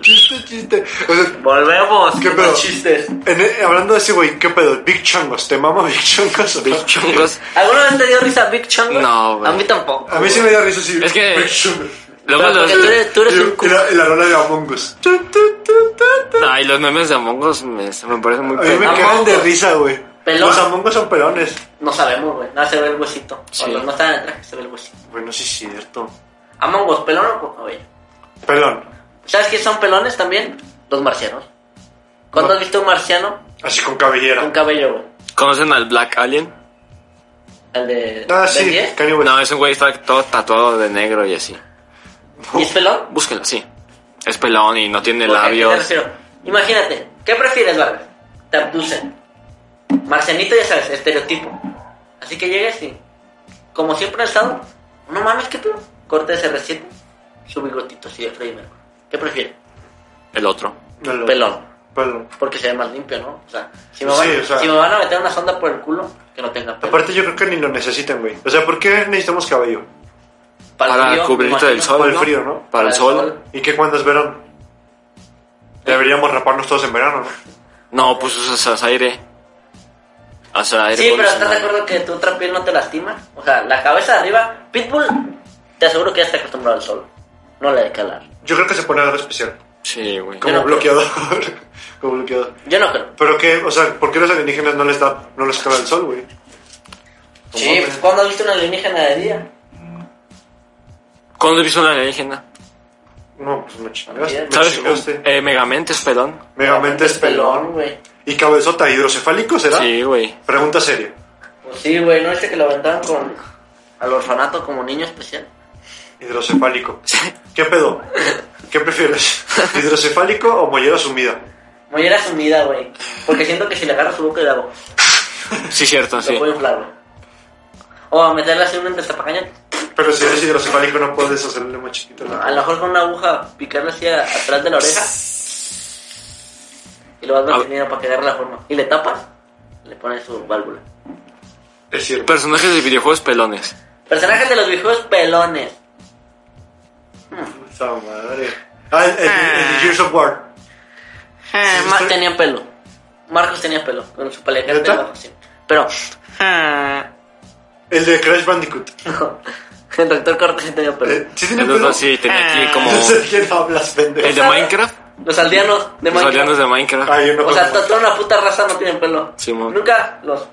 S1: chiste, chiste. O sea,
S2: Volvemos.
S1: ¿Qué
S2: con
S1: pedo?
S2: los chistes.
S1: en- eh, hablando de ese güey, ¿qué pedo? Big Chongos, ¿te mama Big Chongos? o no?
S3: Big chungos.
S2: ¿Alguna vez te dio risa Big Chong? güey?
S3: No, güey.
S2: A mí tampoco.
S1: A mí sí me dio risa, sí.
S3: Es que-
S1: Big Chongos.
S3: Luego
S2: Pero
S3: los...
S2: porque tú eres, tú eres un
S1: Y, y
S2: culo.
S1: la, y la rola de Among Us.
S3: Ay, los memes de Among Us me, se me parecen muy
S1: A mí me
S3: pendejos.
S1: cagan de
S2: Us.
S1: risa, güey.
S2: Pelón.
S1: Los Among Us son pelones.
S2: No sabemos, güey. Nada se ve el huesito. Cuando
S3: Sí.
S2: no está en el traje, se ve el huesito.
S1: Bueno, sí es cierto.
S2: Among Us, pelón o cocabello.
S1: Pelón.
S2: ¿Sabes qué son pelones también? Los marcianos. ¿Cuándo
S1: No.
S2: has visto un marciano
S1: Así con cabellera.
S2: con cabello, güey?
S3: ¿Conocen al Black Alien?
S2: El de.
S1: Ah,
S2: de
S1: sí,
S2: diez.
S1: Kanye West.
S3: No, es un güey que está todo tatuado de negro y así.
S2: ¿Y es pelón?
S3: Búsquenlo, sí. Es pelón y no tiene
S2: Porque, ¿a qué me
S3: labios.
S2: refiero? Imagínate, ¿qué prefieres, Vargas? Te abducen. Marcianito, ya sabes, estereotipo. Así que llegues y, como siempre ha estado, no mames, ¿qué pedo? Corte de CR7, su bigotito, sí, de Freddy Mercury. ¿Qué prefieres?
S3: El otro.
S1: Pelón.
S2: Pelón.
S1: Pelón.
S2: Porque se ve más limpio, ¿no? O sea, si me,
S1: Sí,
S2: van,
S1: o sea.
S2: si me van a meter una sonda por el culo, que no tenga pelo.
S1: Aparte yo creo que ni lo necesitan, güey. O sea, ¿por qué necesitamos cabello?
S2: el
S3: Para
S2: frío,
S3: cubrirte
S2: me
S3: del
S2: imagino.
S3: sol.
S1: Para el frío, ¿no?
S3: Para el sol.
S1: ¿Y qué cuando es verano? Deberíamos raparnos todos en verano, ¿no?
S3: No, pues usas aire. O sea, aire.
S2: Sí, pero ¿estás de
S3: acondicionado.
S2: acuerdo que tu otra piel no te lastima? O sea, la cabeza de arriba, Pitbull, te aseguro que ya está acostumbrado al sol. No le de calar.
S1: Yo creo que se pone algo especial.
S3: Sí, güey.
S1: Como
S2: no creo.
S1: bloqueador. Como bloqueador.
S2: Yo no creo.
S1: Pero que, o sea, ¿por qué los alienígenas no les da, no les cala el sol, güey?
S2: Sí, pues ¿cuándo has visto una alienígena de día?
S3: ¿Cuándo viste una alienígena?
S1: No, pues me chingaste. Me
S3: ¿Sabes?
S1: chingaste.
S3: Eh, Megamente es pelón.
S1: Megamente es pelón.
S2: güey.
S1: ¿Y cabezota hidrocefálico será?
S3: Sí, güey.
S1: Pregunta seria.
S2: Pues sí, güey, ¿no viste que lo aventaron con... al orfanato como niño especial?
S1: Hidrocefálico. ¿Qué pedo? ¿Qué prefieres? ¿Hidrocefálico o mollera sumida?
S2: Mollera sumida, güey. Porque siento que si le agarras su boca y le hago,
S3: Sí, cierto, sí.
S2: lo puedo inflar, güey. O a meterle así un destapacaña.
S1: Pero si eres hidrocefálico no puedes hacerle más chiquito. ¿no?
S2: A lo mejor con una aguja picarle así a- atrás de la oreja. Y lo vas manteniendo para que agarre la forma. Y le tapas, le pones su válvula.
S1: Es cierto.
S3: Personajes de videojuegos pelones.
S2: Personajes de los videojuegos pelones.
S1: Puta madre. Ah, en, en- en Gears of War.
S2: Ah,
S1: Sí,
S2: Ma-
S1: estoy-
S2: tenía pelo. Marcos tenía pelo, con su paleta
S1: ¿Neta?
S2: Pero
S1: El de Crash Bandicoot.
S2: el doctor Cortés tenía
S1: Eh,
S2: pelo.
S1: ¿Sí tiene
S3: El
S1: pelo?
S3: otro sí tenía aquí como.
S1: No sé de quién hablas, pendejo.
S3: El de Minecraft.
S2: Los aldeanos de
S3: Los
S2: Minecraft.
S3: aldeanos de Minecraft.
S1: Ay, yo no
S2: O sea,
S1: conozco.
S2: to- toda una puta raza no tienen pelo.
S3: Simón.
S2: Nunca los.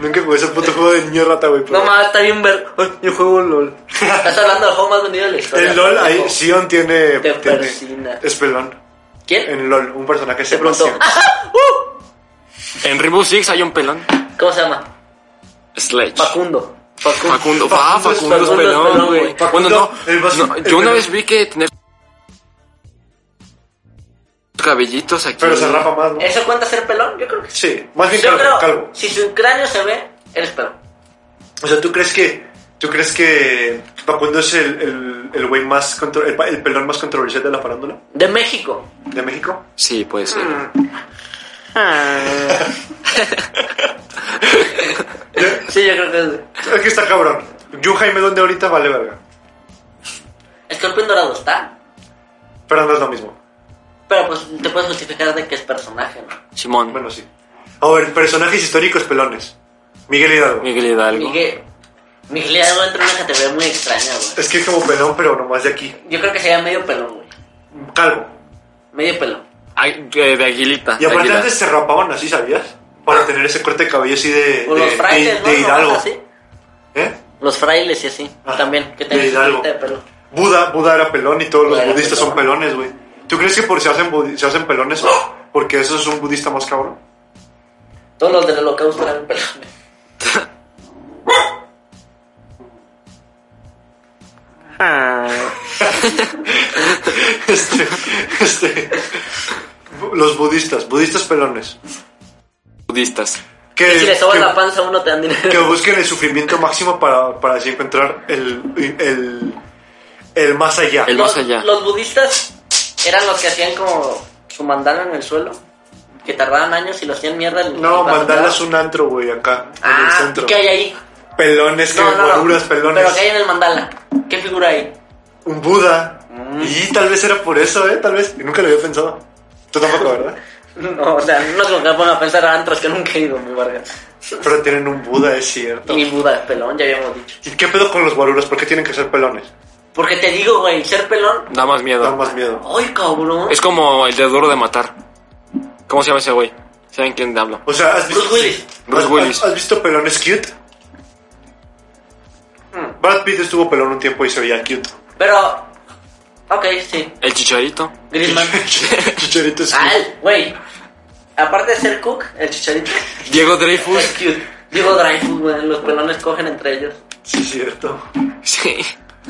S1: Nunca jugué ese puto juego de niño rata, güey. pero-
S2: No más, está bien ver. Ay, Yo juego LOL. Estás hablando del juego más vendido de la historia.
S1: En LOL, ahí,
S2: Ojo.
S1: Sion tiene.
S2: Te
S1: tiene-
S2: persina.
S1: es pelón.
S2: ¿Quién?
S1: En LOL, un personaje
S2: Se
S1: se llama
S2: preguntó.
S1: Sion.
S2: ¡Ajá! ¡Uh!
S3: En Rainbow Six hay un pelón.
S2: ¿Cómo se llama?
S3: Sledge.
S2: Facundo. Facundo.
S3: Facundo. Ah,
S1: Facundo es
S3: Facundo es
S2: pelón,
S3: pelón,
S2: pelón,
S3: güey.
S2: güey.
S3: Bueno,
S1: Facundo,
S3: no.
S1: el vas-
S3: no,
S1: el
S3: Yo una
S1: pelón.
S3: vez vi que tener cabellitos aquí.
S1: Pero se rapa más, ¿no?
S2: ¿Eso cuenta ser pelón? Yo creo que sí.
S1: Sí, más bien
S2: Eh, Yo
S1: calvo,
S2: creo.
S1: calvo.
S2: Si su cráneo se ve, eres pelón.
S1: O sea, ¿tú crees que. ¿Tú crees que Facundo es el, el, el güey más. contro- el, pa- el pelón más controversial de la farándula?
S2: De México.
S1: ¿De México?
S3: Sí, puede ser.
S1: Mm. Ah.
S2: Sí, yo creo que es.
S1: Es que está cabrón. Yo, Jaime, donde ahorita vale verga.
S2: Escorpión Dorado está.
S1: Pero no es lo mismo.
S2: Pero pues te puedes justificar de que es personaje, ¿no?
S3: Simón.
S1: Bueno, sí. A ver, personajes históricos pelones. Miguel Hidalgo.
S3: Miguel Hidalgo.
S2: Miguel. Miguel Hidalgo entra en una categoría muy extraña, güey.
S1: Es que es como pelón, pero nomás de aquí.
S2: Yo creo que sería medio pelón, güey.
S1: Calvo.
S2: Medio pelón.
S3: Ay, eh, de Aguilita.
S1: Y
S3: de
S1: aparte
S3: Aguila.
S1: antes se rapaban así, ¿sabías? Para tener ese corte de cabello así de,
S2: O
S1: de-
S2: los frailes,
S1: de-
S2: ¿no?
S1: de
S2: ¿No?
S1: Hidalgo.
S2: Así.
S1: ¿Eh?
S2: Los frailes y así.
S1: Ajá.
S2: También. Que
S1: De
S2: tengan su
S1: Hidalgo.
S2: pinta de pelo.
S1: Buda, Buda era pelón y todos
S2: Buda
S1: los
S2: era
S1: budistas son
S2: pelón.
S1: pelones, güey. ¿Tú crees que por se hacen, budi- se hacen pelones porque eso es un budista más cabrón?
S2: Todos los del holocausto eran pelones.
S1: Este, este, los budistas, budistas pelones.
S3: budistas.
S1: Que,
S2: Y si le sobas
S1: que-
S2: la panza a uno te dan
S1: que
S2: dinero.
S1: busquen el sufrimiento máximo para, para así encontrar el, el, el más allá.
S3: El-
S2: Los,
S3: más allá.
S2: los budistas eran los que hacían como su mandala en el suelo. Que tardaban años y lo hacían mierda. el-
S1: No,
S2: el paso
S1: mandalas
S2: que
S1: un antro, güey, acá,
S2: daba.
S1: en el
S2: Ah,
S1: centro.
S2: ¿qué hay ahí?
S1: Pelones, que guaruras, pelones.
S2: Pero que hay en el mandala. ¿Qué figura hay?
S1: Un
S2: Mm.
S1: Buda. Y tal vez era por eso, ¿eh? Tal vez. Y nunca lo había pensado. Tú tampoco, ¿verdad?
S2: No, o sea, no es como que me ponga a pensar a antros que nunca he ido, mi Vargas.
S1: Pero tienen un Buda, es cierto.
S2: Y Buda, pelón, ya habíamos dicho.
S1: ¿Y qué pedo con los guaruras? ¿Por qué tienen que ser pelones?
S2: Porque te digo, güey, ser pelón.
S3: Da más miedo.
S1: Da más miedo.
S2: Ay, cabrón.
S3: Es como el de duro de matar. ¿Cómo se llama ese güey? ¿Saben quién hablo?
S1: O sea, ¿has visto,
S2: Bruce Willis.
S3: Bruce
S1: ¿has-
S3: Willis.
S1: ¿has, has visto pelones cute?
S2: Mm.
S1: Brad Pitt estuvo pelón un tiempo y se veía cute.
S2: Pero. Ok, sí.
S3: El chicharito.
S2: Griezmann.
S1: Chicharito es
S2: ah,
S1: cute.
S2: él, güey. Aparte de ser Cook, el chicharito.
S3: Diego
S2: Es
S3: Dreyfus.
S2: cute. Digo Dreyfus, güey. Los pelones cogen entre ellos.
S1: Sí, es cierto.
S3: Sí.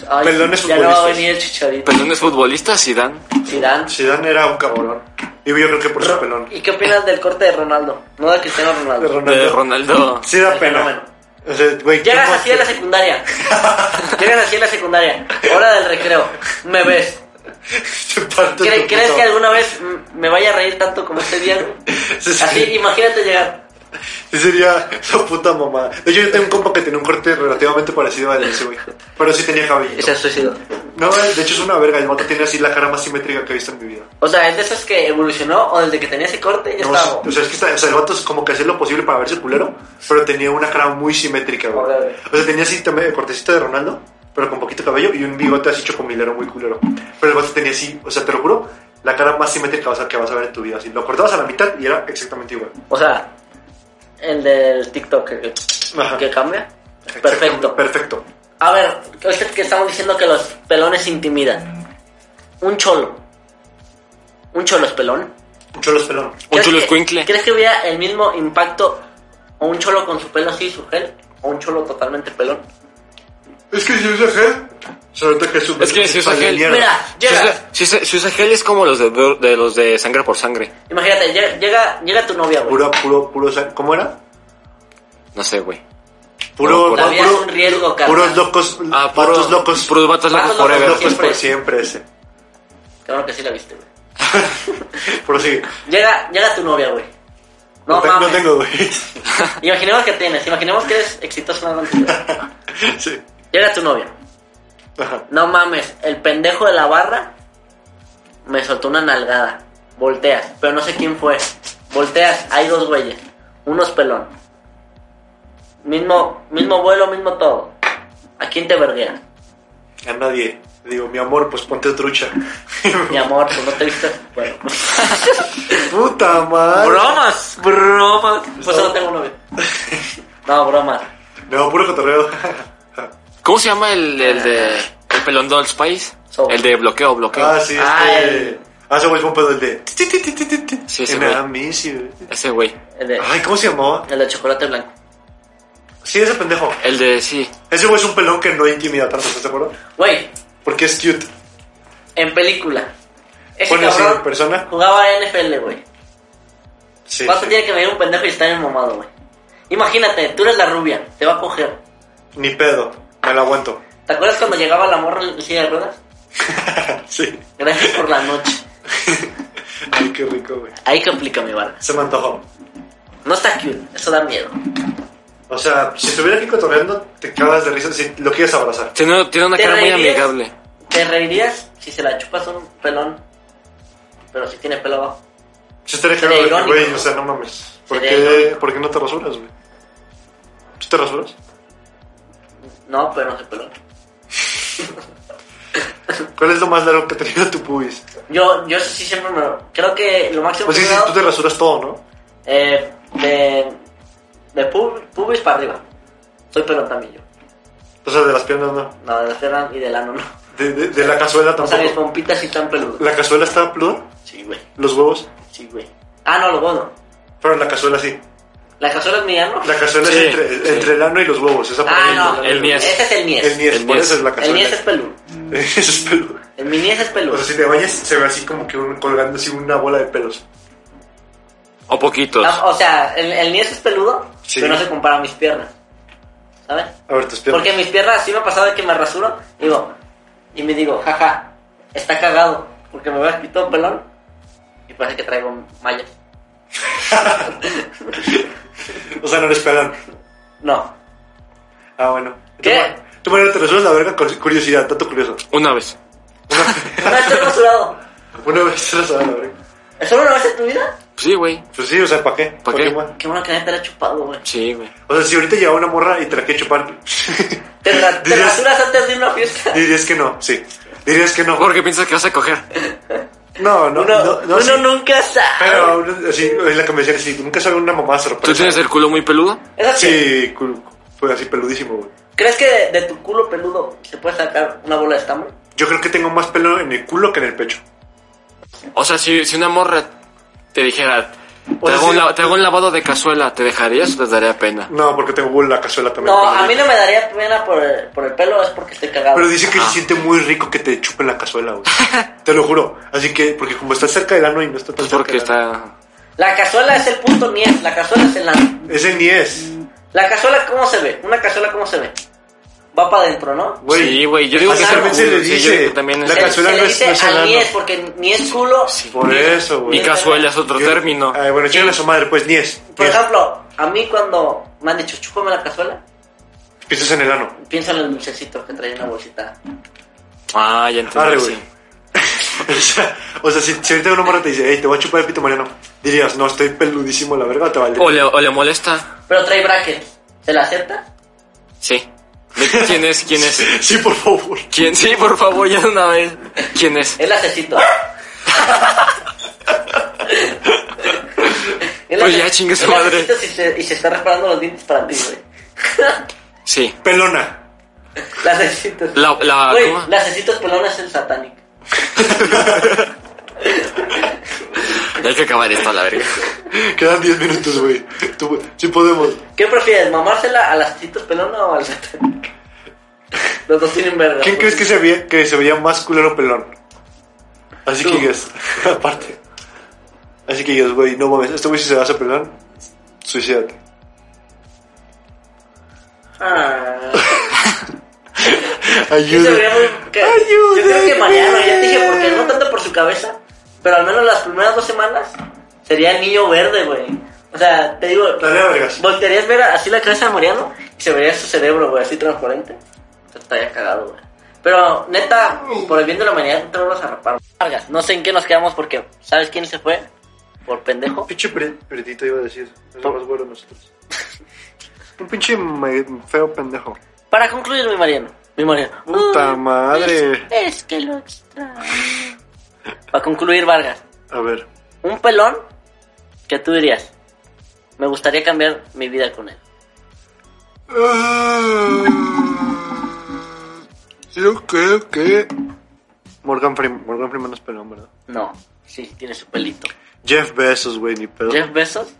S2: Ay,
S1: Pelones
S2: Ya no va a
S1: futbolistas.
S2: venir el chicharito.
S3: Pelones futbolistas, Zidane.
S2: Zidane.
S1: Zidane era un cabrón. Y yo creo que por su pelón.
S2: ¿Y qué opinas del corte de Ronaldo? No de Cristiano
S1: De
S2: Ronaldo.
S1: Ronaldo.
S3: De Ronaldo.
S1: Sí da
S2: El
S1: pena.
S2: fenómeno.
S1: O sea, güey,
S2: Llegas
S1: ¿cómo
S2: así a la
S1: hace?
S2: secundaria. Llegas así a la secundaria. Hora del recreo. Me ves.
S1: Se parte
S2: ¿Cre-
S1: tu
S2: ¿Crees
S1: puto-
S2: que alguna vez mm, me vaya a reír tanto como este día? güey?
S1: Sí, sí.
S2: Así, imagínate llegar.
S1: Sí, sería la puta mamada. De hecho, yo tengo un compa que tenía un corte relativamente parecido al de ese güey. Pero sí tenía
S2: Y
S1: cabello.
S2: se suicidó.
S1: No, de hecho es una verga. El vato tiene así la cara más simétrica que he visto en mi vida.
S2: O sea, ¿es de esos que evolucionó o desde que tenía ese corte ya
S1: No,
S2: estaba?
S1: o sea, es que está- o sea, el vato es como que hacía lo posible para verse culero, pero tenía una cara muy simétrica, güey.
S2: Joder.
S1: O sea, tenía así también el cortecito de Ronaldo, pero con poquito cabello y un bigote así chocomilero muy culero. Pero el vato tenía así, o sea, te lo juro, la cara más simétrica o sea, que vas a ver en tu vida. Así, lo cortabas a la mitad y era exactamente igual.
S2: O sea, el del TikTok que,
S1: Ajá.
S2: que cambia.
S1: Exactamente,
S2: Perfecto.
S1: Perfecto.
S2: A ver, es que estamos diciendo que los pelones intimidan. Un cholo. Un cholo es pelón.
S1: Un cholo es pelón.
S3: Un
S2: ¿Crees
S3: cholo
S2: que-
S3: escuincle.
S2: ¿Crees que hubiera el mismo impacto o un cholo con su pelo así, su gel, o un cholo totalmente pelón?
S1: Es que si usa gel, se nota que es un
S3: Es que si usa
S1: de
S3: gel.
S1: mierda.
S2: Mira,
S3: Si
S2: llega.
S3: usa, si usa- si usa gel es como los de, dur- de los de sangre por sangre.
S2: Imagínate, llega, llega, llega tu novia, güey.
S1: Puro, puro, puro. sang- ¿Cómo era?
S3: No sé, güey.
S1: Puro.
S3: No,
S2: La vida es
S1: puro-
S2: un riesgo, carnal.
S1: puros locos.
S3: Ah,
S1: puros
S3: puros
S1: locos.
S3: Puros vatos locos
S1: Puros
S2: Vatos locos
S3: forever.
S1: locos por siempre
S2: siempre.
S1: ese.
S2: Claro que sí la viste, güey.
S1: Por si.
S2: Llega, llega tu novia, güey. No,
S1: No, te-
S2: mames.
S1: no tengo, güey.
S2: Imaginemos que tienes, imaginemos que eres exitoso en algo en tu vida.
S1: sí.
S2: Llega tu novia.
S1: Ajá.
S2: No mames, el pendejo de la barra me soltó una nalgada. Volteas, pero no sé quién fue. Volteas, hay dos güeyes. Unos pelón. Mismo, mismo vuelo, mismo todo. ¿A quién te vergueas?
S1: A nadie. Le Digo, mi amor, pues ponte trucha.
S2: Mi amor, pues no te viste. Bueno.
S1: Puta madre.
S2: bromas, bromas. Pues solo tengo novio. No, bromas.
S1: No, puro cotorreo.
S3: ¿Cómo se llama el, el de. El pelón de Old Spice?
S2: Eh. So-
S3: El de bloqueo, bloqueo.
S1: ah, sí,
S2: Ah,
S1: este.
S2: el-
S1: Ah, se vuelve un pedo el de.
S3: Sí, ese
S1: En
S3: güey.
S1: a miss you.
S3: Ese güey.
S2: El de,
S1: Ay, ¿cómo se llamaba?
S2: el de chocolate blanco.
S1: Sí, ese pendejo.
S3: El de sí.
S1: Ese güey es un pelón que no intimida tanto, ¿estás de acuerdo?
S2: Güey,
S1: Porque es cute.
S2: en película. Ese
S1: Bueno, sí,
S2: cabrón
S1: en persona.
S2: jugaba NFL, güey.
S1: Sí.
S2: Vas a
S1: sí.
S2: tener que venir un pendejo y estar en mamado, güey. Imagínate, tú eres la rubia, te va a coger.
S1: Ni pedo. Me lo aguanto.
S2: ¿Te acuerdas cuando llegaba la morra en silla de ruedas?
S1: sí.
S2: Gracias por la noche.
S1: Ay, qué rico, güey.
S2: Ahí que aplica mi barra.
S1: Se me antojó.
S2: No está cute, eso da miedo.
S1: O sea, si estuviera aquí cotorreando, te cagas de risa. Si lo quieres abrazar.
S3: Tiene, tiene una
S2: ¿Te
S3: cara muy
S2: reirías?
S3: amigable.
S2: ¿Te reirías si se la chupas a un pelón? Pero si tiene pelo abajo.
S1: Si estaría
S2: Sería
S1: cagado de que,
S2: irónico,
S1: güey,
S2: ¿no?
S1: o sea, no mames. ¿Por
S2: Sería
S1: qué,
S2: irónico.
S1: ¿Por qué no te rasuras, güey? ¿Tú te rasuras?
S2: No, pero no se peló.
S1: ¿Cuál es lo más largo que ha tenido tu pubis?
S2: Yo, yo sí siempre me lo... Creo que lo máximo
S1: Pues
S2: que
S1: sí,
S2: he
S1: sí,
S2: dado,
S1: tú te rasuras todo, ¿no?
S2: eh, de, de pub- pubis para arriba. Soy pelón también yo.
S1: O sea, de las piernas no.
S2: No, de la cera y del ano no.
S1: De, de- de la cazuela
S2: O sea, mis
S1: tampoco.
S2: pompitas sí están peludas.
S1: La cazuela está pluda,
S2: Sí, güey.
S1: los huevos,
S2: Sí, güey. Ah, no, lo godo.
S1: pero la cazuela sí.
S2: ¿La cazuela es mía, no?
S1: La cazuela
S3: Sí,
S1: es entre,
S3: sí.
S1: entre el ano y los huevos. Esa por
S2: Ah,
S1: ahí,
S2: no.
S1: el ano y
S3: niés.
S2: Ese es el
S1: los-
S2: niés.
S1: El niés,
S3: El
S1: por
S3: niés.
S1: eso es la
S2: El
S1: cazuela.
S2: niés es peludo.
S1: Ese es peludo.
S2: El mi niés es
S1: O
S2: peludo.
S1: sea, si te bañas, se ve así como que un- colgando así una bola de pelos.
S3: O poquitos.
S2: La- Ah, o sea, el, el niés es peludo,
S1: Sí.
S2: pero no se compara a mis piernas. ¿Sabes?
S1: A ver, tus piernas.
S2: Porque mis piernas sí me ha pasado de que me rasuro, digo, y me digo, jaja, está cagado, porque me voy a quitar un pelón y parece que traigo mallas.
S1: O sea, no eres pelón.
S2: No.
S1: Ah, bueno.
S2: ¿Qué?
S1: Tú, Mario, te resuelves la verga con curiosidad, tanto curioso.
S3: Una vez.
S2: No estoy rasurado.
S1: Una vez te resuelves la verga.
S2: ¿Solo una vez en tu vida?
S3: sí, güey.
S1: Pues sí, o sea, ¿para qué?
S3: ¿Pa' qué?
S1: más?
S2: Qué bueno que nadie te la ha chupado, güey.
S3: Sí, güey.
S1: O sea, si ahorita lleva una morra y te la quiere chupar,
S2: Te, ra- te
S1: Dices-
S2: rasuras antes de ir a una fiesta.
S1: dirías que no, sí. Dirías que no.
S3: ¿Por qué piensas que vas a coger?
S1: No, no,
S2: Uno,
S1: no, no,
S2: uno
S1: sí.
S2: nunca sabe.
S1: Pero uno- así, es la convención así, nunca sabe una mamá sorpresa.
S3: ¿Tú tienes el culo muy peludo?
S2: Esas que-
S1: Sí, cul- fue así peludísimo, güey.
S2: ¿Crees que de, de tu culo peludo se puede sacar una bola de estambre?
S1: Yo creo que tengo más pelo en el culo que en el pecho.
S3: O sea, si, si una morra te dijera,
S1: O
S3: te
S1: sea,
S3: hago, un,
S1: sí.
S3: la- te hago un lavado de cazuela, ¿te dejarías o te daría pena?
S1: No, porque tengo la cazuela también.
S2: No,
S1: Pero-
S2: a mí no me daría pena por el, por el pelo, es porque estoy cagado.
S1: Pero dice que
S3: Ajá.
S1: se siente muy rico que te chupen la cazuela, güey. te lo juro. Así que, porque como está cerca del ano y no está tan
S3: Pues
S1: cerca
S3: porque
S1: del ano.
S3: está...
S2: La cazuela es el punto niés, la cazuela es el ano.
S1: Es el niés.
S2: La cazuela, ¿cómo se ve? Una cazuela, ¿cómo se ve? Va para adentro, ¿no?
S1: Güey,
S3: sí, güey, yo digo que
S1: así
S3: es el
S1: también se
S3: culo,
S1: le
S3: sí, yo
S1: dice.
S3: digo que también es-
S1: La
S2: Se-
S1: cazuela
S2: se le
S1: no es-
S2: dice
S1: no es el
S2: al
S1: ano.
S2: niés, porque ni es culo.
S1: Por eso, güey.
S3: Y cazuela es otro
S1: Yo-
S3: término.
S1: Ay, bueno, chingan a su madre, pues niés.
S2: Por
S1: Niés.
S2: ejemplo, a mí cuando me han dicho, chúpame la cazuela,
S1: Piensas en el ano.
S2: pienso en el dulcecito que traía en la bolsita.
S3: Ah, ya
S1: Arre,
S3: entendí,
S1: güey.
S3: sí.
S1: o sea, o sea, si, si ahorita una morra te dice, hey, te voy a chupar el pito Mariano, dirías, no, estoy peludísimo, la verga, te vale.
S3: O le, o le molesta,
S2: Pero trae brackets. ¿Se la acepta?
S3: sí. ¿De quién es? ¿Quién es?
S1: Sí, por favor.
S3: ¿Quién? Sí, por favor, ya de una vez. ¿Quién es?
S2: El asesito. El
S3: Pues
S2: ace-
S3: ya, chingue su
S2: el
S3: madre.
S2: acecito si se- y se está reparando los dientes para ti, güey.
S3: Sí.
S1: Pelona.
S2: Las asesitas.
S3: La, la,
S2: Güey,
S3: ¿cómo?
S2: las asesitas pelonas es el satánico.
S3: Hay que acabar esto a la verga.
S1: Quedan 10 minutos, güey. Tú- Sí podemos.
S2: ¿Qué prefieres, mamársela a las asesitas pelonas o al satánico? Los dos tienen verga. pues
S1: ¿Quién
S2: güey.
S1: crees que se veía, que se veía más culero pelón? Así
S2: Tú.
S1: que digas, aparte. Así que digas, güey, no mames, este güey si se va a hacer pelón, suicídate.
S2: Ah. Yo,
S1: Ayuda.
S2: se veía muy- que- yo creo que Mariano, ya te dije, porque no tanto por su cabeza, pero al menos las primeras dos semanas sería el niño verde, güey. O sea, te digo,
S1: Tarea, vergas.
S2: voltearías ver así la cabeza de Mariano y se vería su cerebro, güey, así transparente. Te estaría cagado, güey. Pero neta, por el bien de la humanidad, no te vuelvas a rapar. Vargas, no sé en qué nos quedamos porque, ¿sabes quién se fue? Por pendejo.
S1: Pinche pre- pretito iba a decir. Es lo más bueno de nosotros. Un pinche me- feo pendejo.
S2: Para concluir, mi Mariano. Mi Mariano.
S1: Puta
S2: Uy,
S1: madre.
S2: Es, es que lo extraño. Para concluir, Vargas.
S1: A ver.
S2: un pelón que tú dirías, me gustaría cambiar mi vida con él.
S1: Yo creo que. Morgan Freeman, Morgan Freeman no es pelón, ¿verdad?
S2: No, sí, tiene su pelito.
S1: Jeff Bezos, güey, ni pedo.
S2: Jeff Bezos.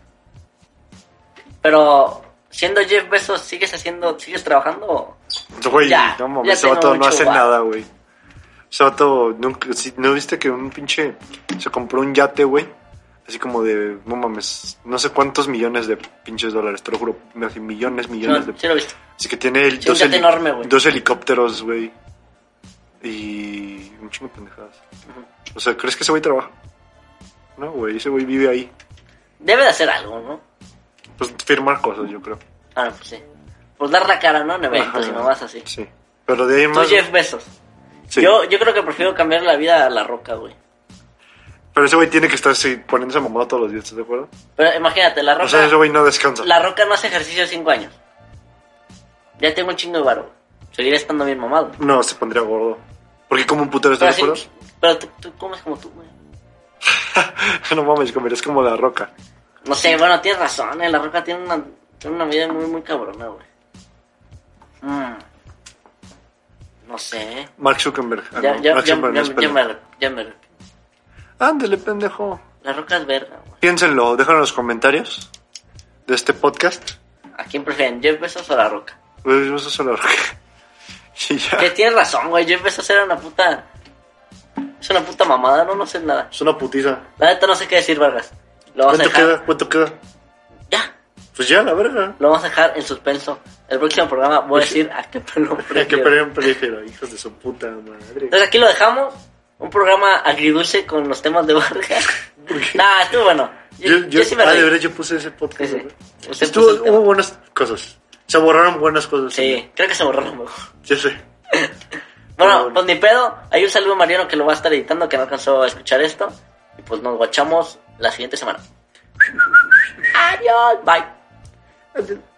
S2: Pero siendo Jeff Bezos, ¿sigues haciendo, sigues trabajando? o?
S1: Güey,
S2: Ya,
S1: no
S2: ya
S1: mames, ese
S2: tengo
S1: vato no
S2: mucho
S1: hace
S2: guapo.
S1: nada, güey. Ese vato, nunca- si- ¿no viste que un pinche se compró un yate, güey? Así como de, no mames, no sé cuántos millones de pinches dólares, te lo juro, me hace millones,
S2: No,
S1: millones de...
S2: sí lo he visto.
S1: Así que tiene el-
S2: Sí, un
S1: dos,
S2: yate
S1: heli-
S2: enorme, güey.
S1: dos helicópteros, güey. Y un chingo de pendejadas. O sea, ¿crees que ese güey trabaja? No, güey, ese güey vive ahí.
S2: Debe de hacer algo, ¿no?
S1: Pues firmar cosas, yo creo.
S2: Ah, pues sí. Pues dar la cara, pues, ¿no? En eventos
S1: Ajá.
S2: y mamás así.
S1: Sí. Pero de ahí en
S2: Tú
S1: más...
S2: Jeff Bezos.
S1: sí.
S2: Yo, yo creo que prefiero cambiar la vida a la roca, güey.
S1: Pero ese güey tiene que estar sí, poniéndose mamada todos los días, ¿estás de acuerdo?
S2: Pero imagínate, la roca...
S1: O sea, ese güey no descansa.
S2: La Roca no hace ejercicio cinco años. Ya tengo un chingo de varo. Seguiré estando bien mamado.
S1: No, se pondría gordo. Porque como un putero,
S2: Pero,
S1: ¿estás de acuerdo?
S2: así- pero tú, tú comes como tú, güey.
S1: no mames, comerías como la roca.
S2: No sé, bueno, tienes razón. eh, La Roca tiene una, tiene una vida muy, muy cabrona, güey. Mm. No sé.
S1: Mark Zuckerberg. Ah,
S2: Ya,
S1: no,
S2: ya,
S1: Mark
S2: ya,
S1: Zuckerberg no
S2: ya-
S1: es
S2: ya
S1: pendejo.
S2: me, arrep- ya me arrep-
S1: Ándale, pendejo.
S2: La Roca es verga, güey.
S1: Piénsenlo, déjanos en los comentarios de este podcast.
S2: ¿A quién prefieren? ¿Jeff Bezos o La Roca?
S1: Pues yo soy la roca. Y ya.
S2: Que tienes razón, güey. Jeff Bezos era una puta... Es una puta mamada, no, no sé nada.
S1: Es una putiza.
S2: La neta no sé qué decir, Vargas. Lo vamos a
S1: ¿Cuánto
S2: dejar...
S1: queda? ¿Cuánto queda?
S2: Ya,
S1: Pues ya, la verga.
S2: Lo vamos a dejar en suspenso. El próximo programa voy
S1: Pues
S2: a decir a qué pelo
S1: Hay que
S2: prefiero.
S1: perder un peligro, hijos de su puta madre.
S2: Entonces aquí lo dejamos. Un programa agridulce con los temas de Vargas. Nah, estuvo bueno. Yo,
S1: Yo,
S2: yo sí me
S1: ah, de
S2: reí.
S1: verdad, yo puse ese podcast.
S2: Sí, sí.
S1: ¿verdad?
S2: Usted
S1: Estuvo-
S2: puso el tema.
S1: hubo buenas cosas. Se borraron buenas cosas.
S2: Sí, creo que se borró lo mejor.
S1: Ya sé.
S2: Bueno,
S1: bueno.
S2: pues ni pedo. Hay un saludo a Mariano que lo va a estar editando, que no alcanzó a escuchar esto. Y pues nos guachamos la siguiente semana. Adiós, bye.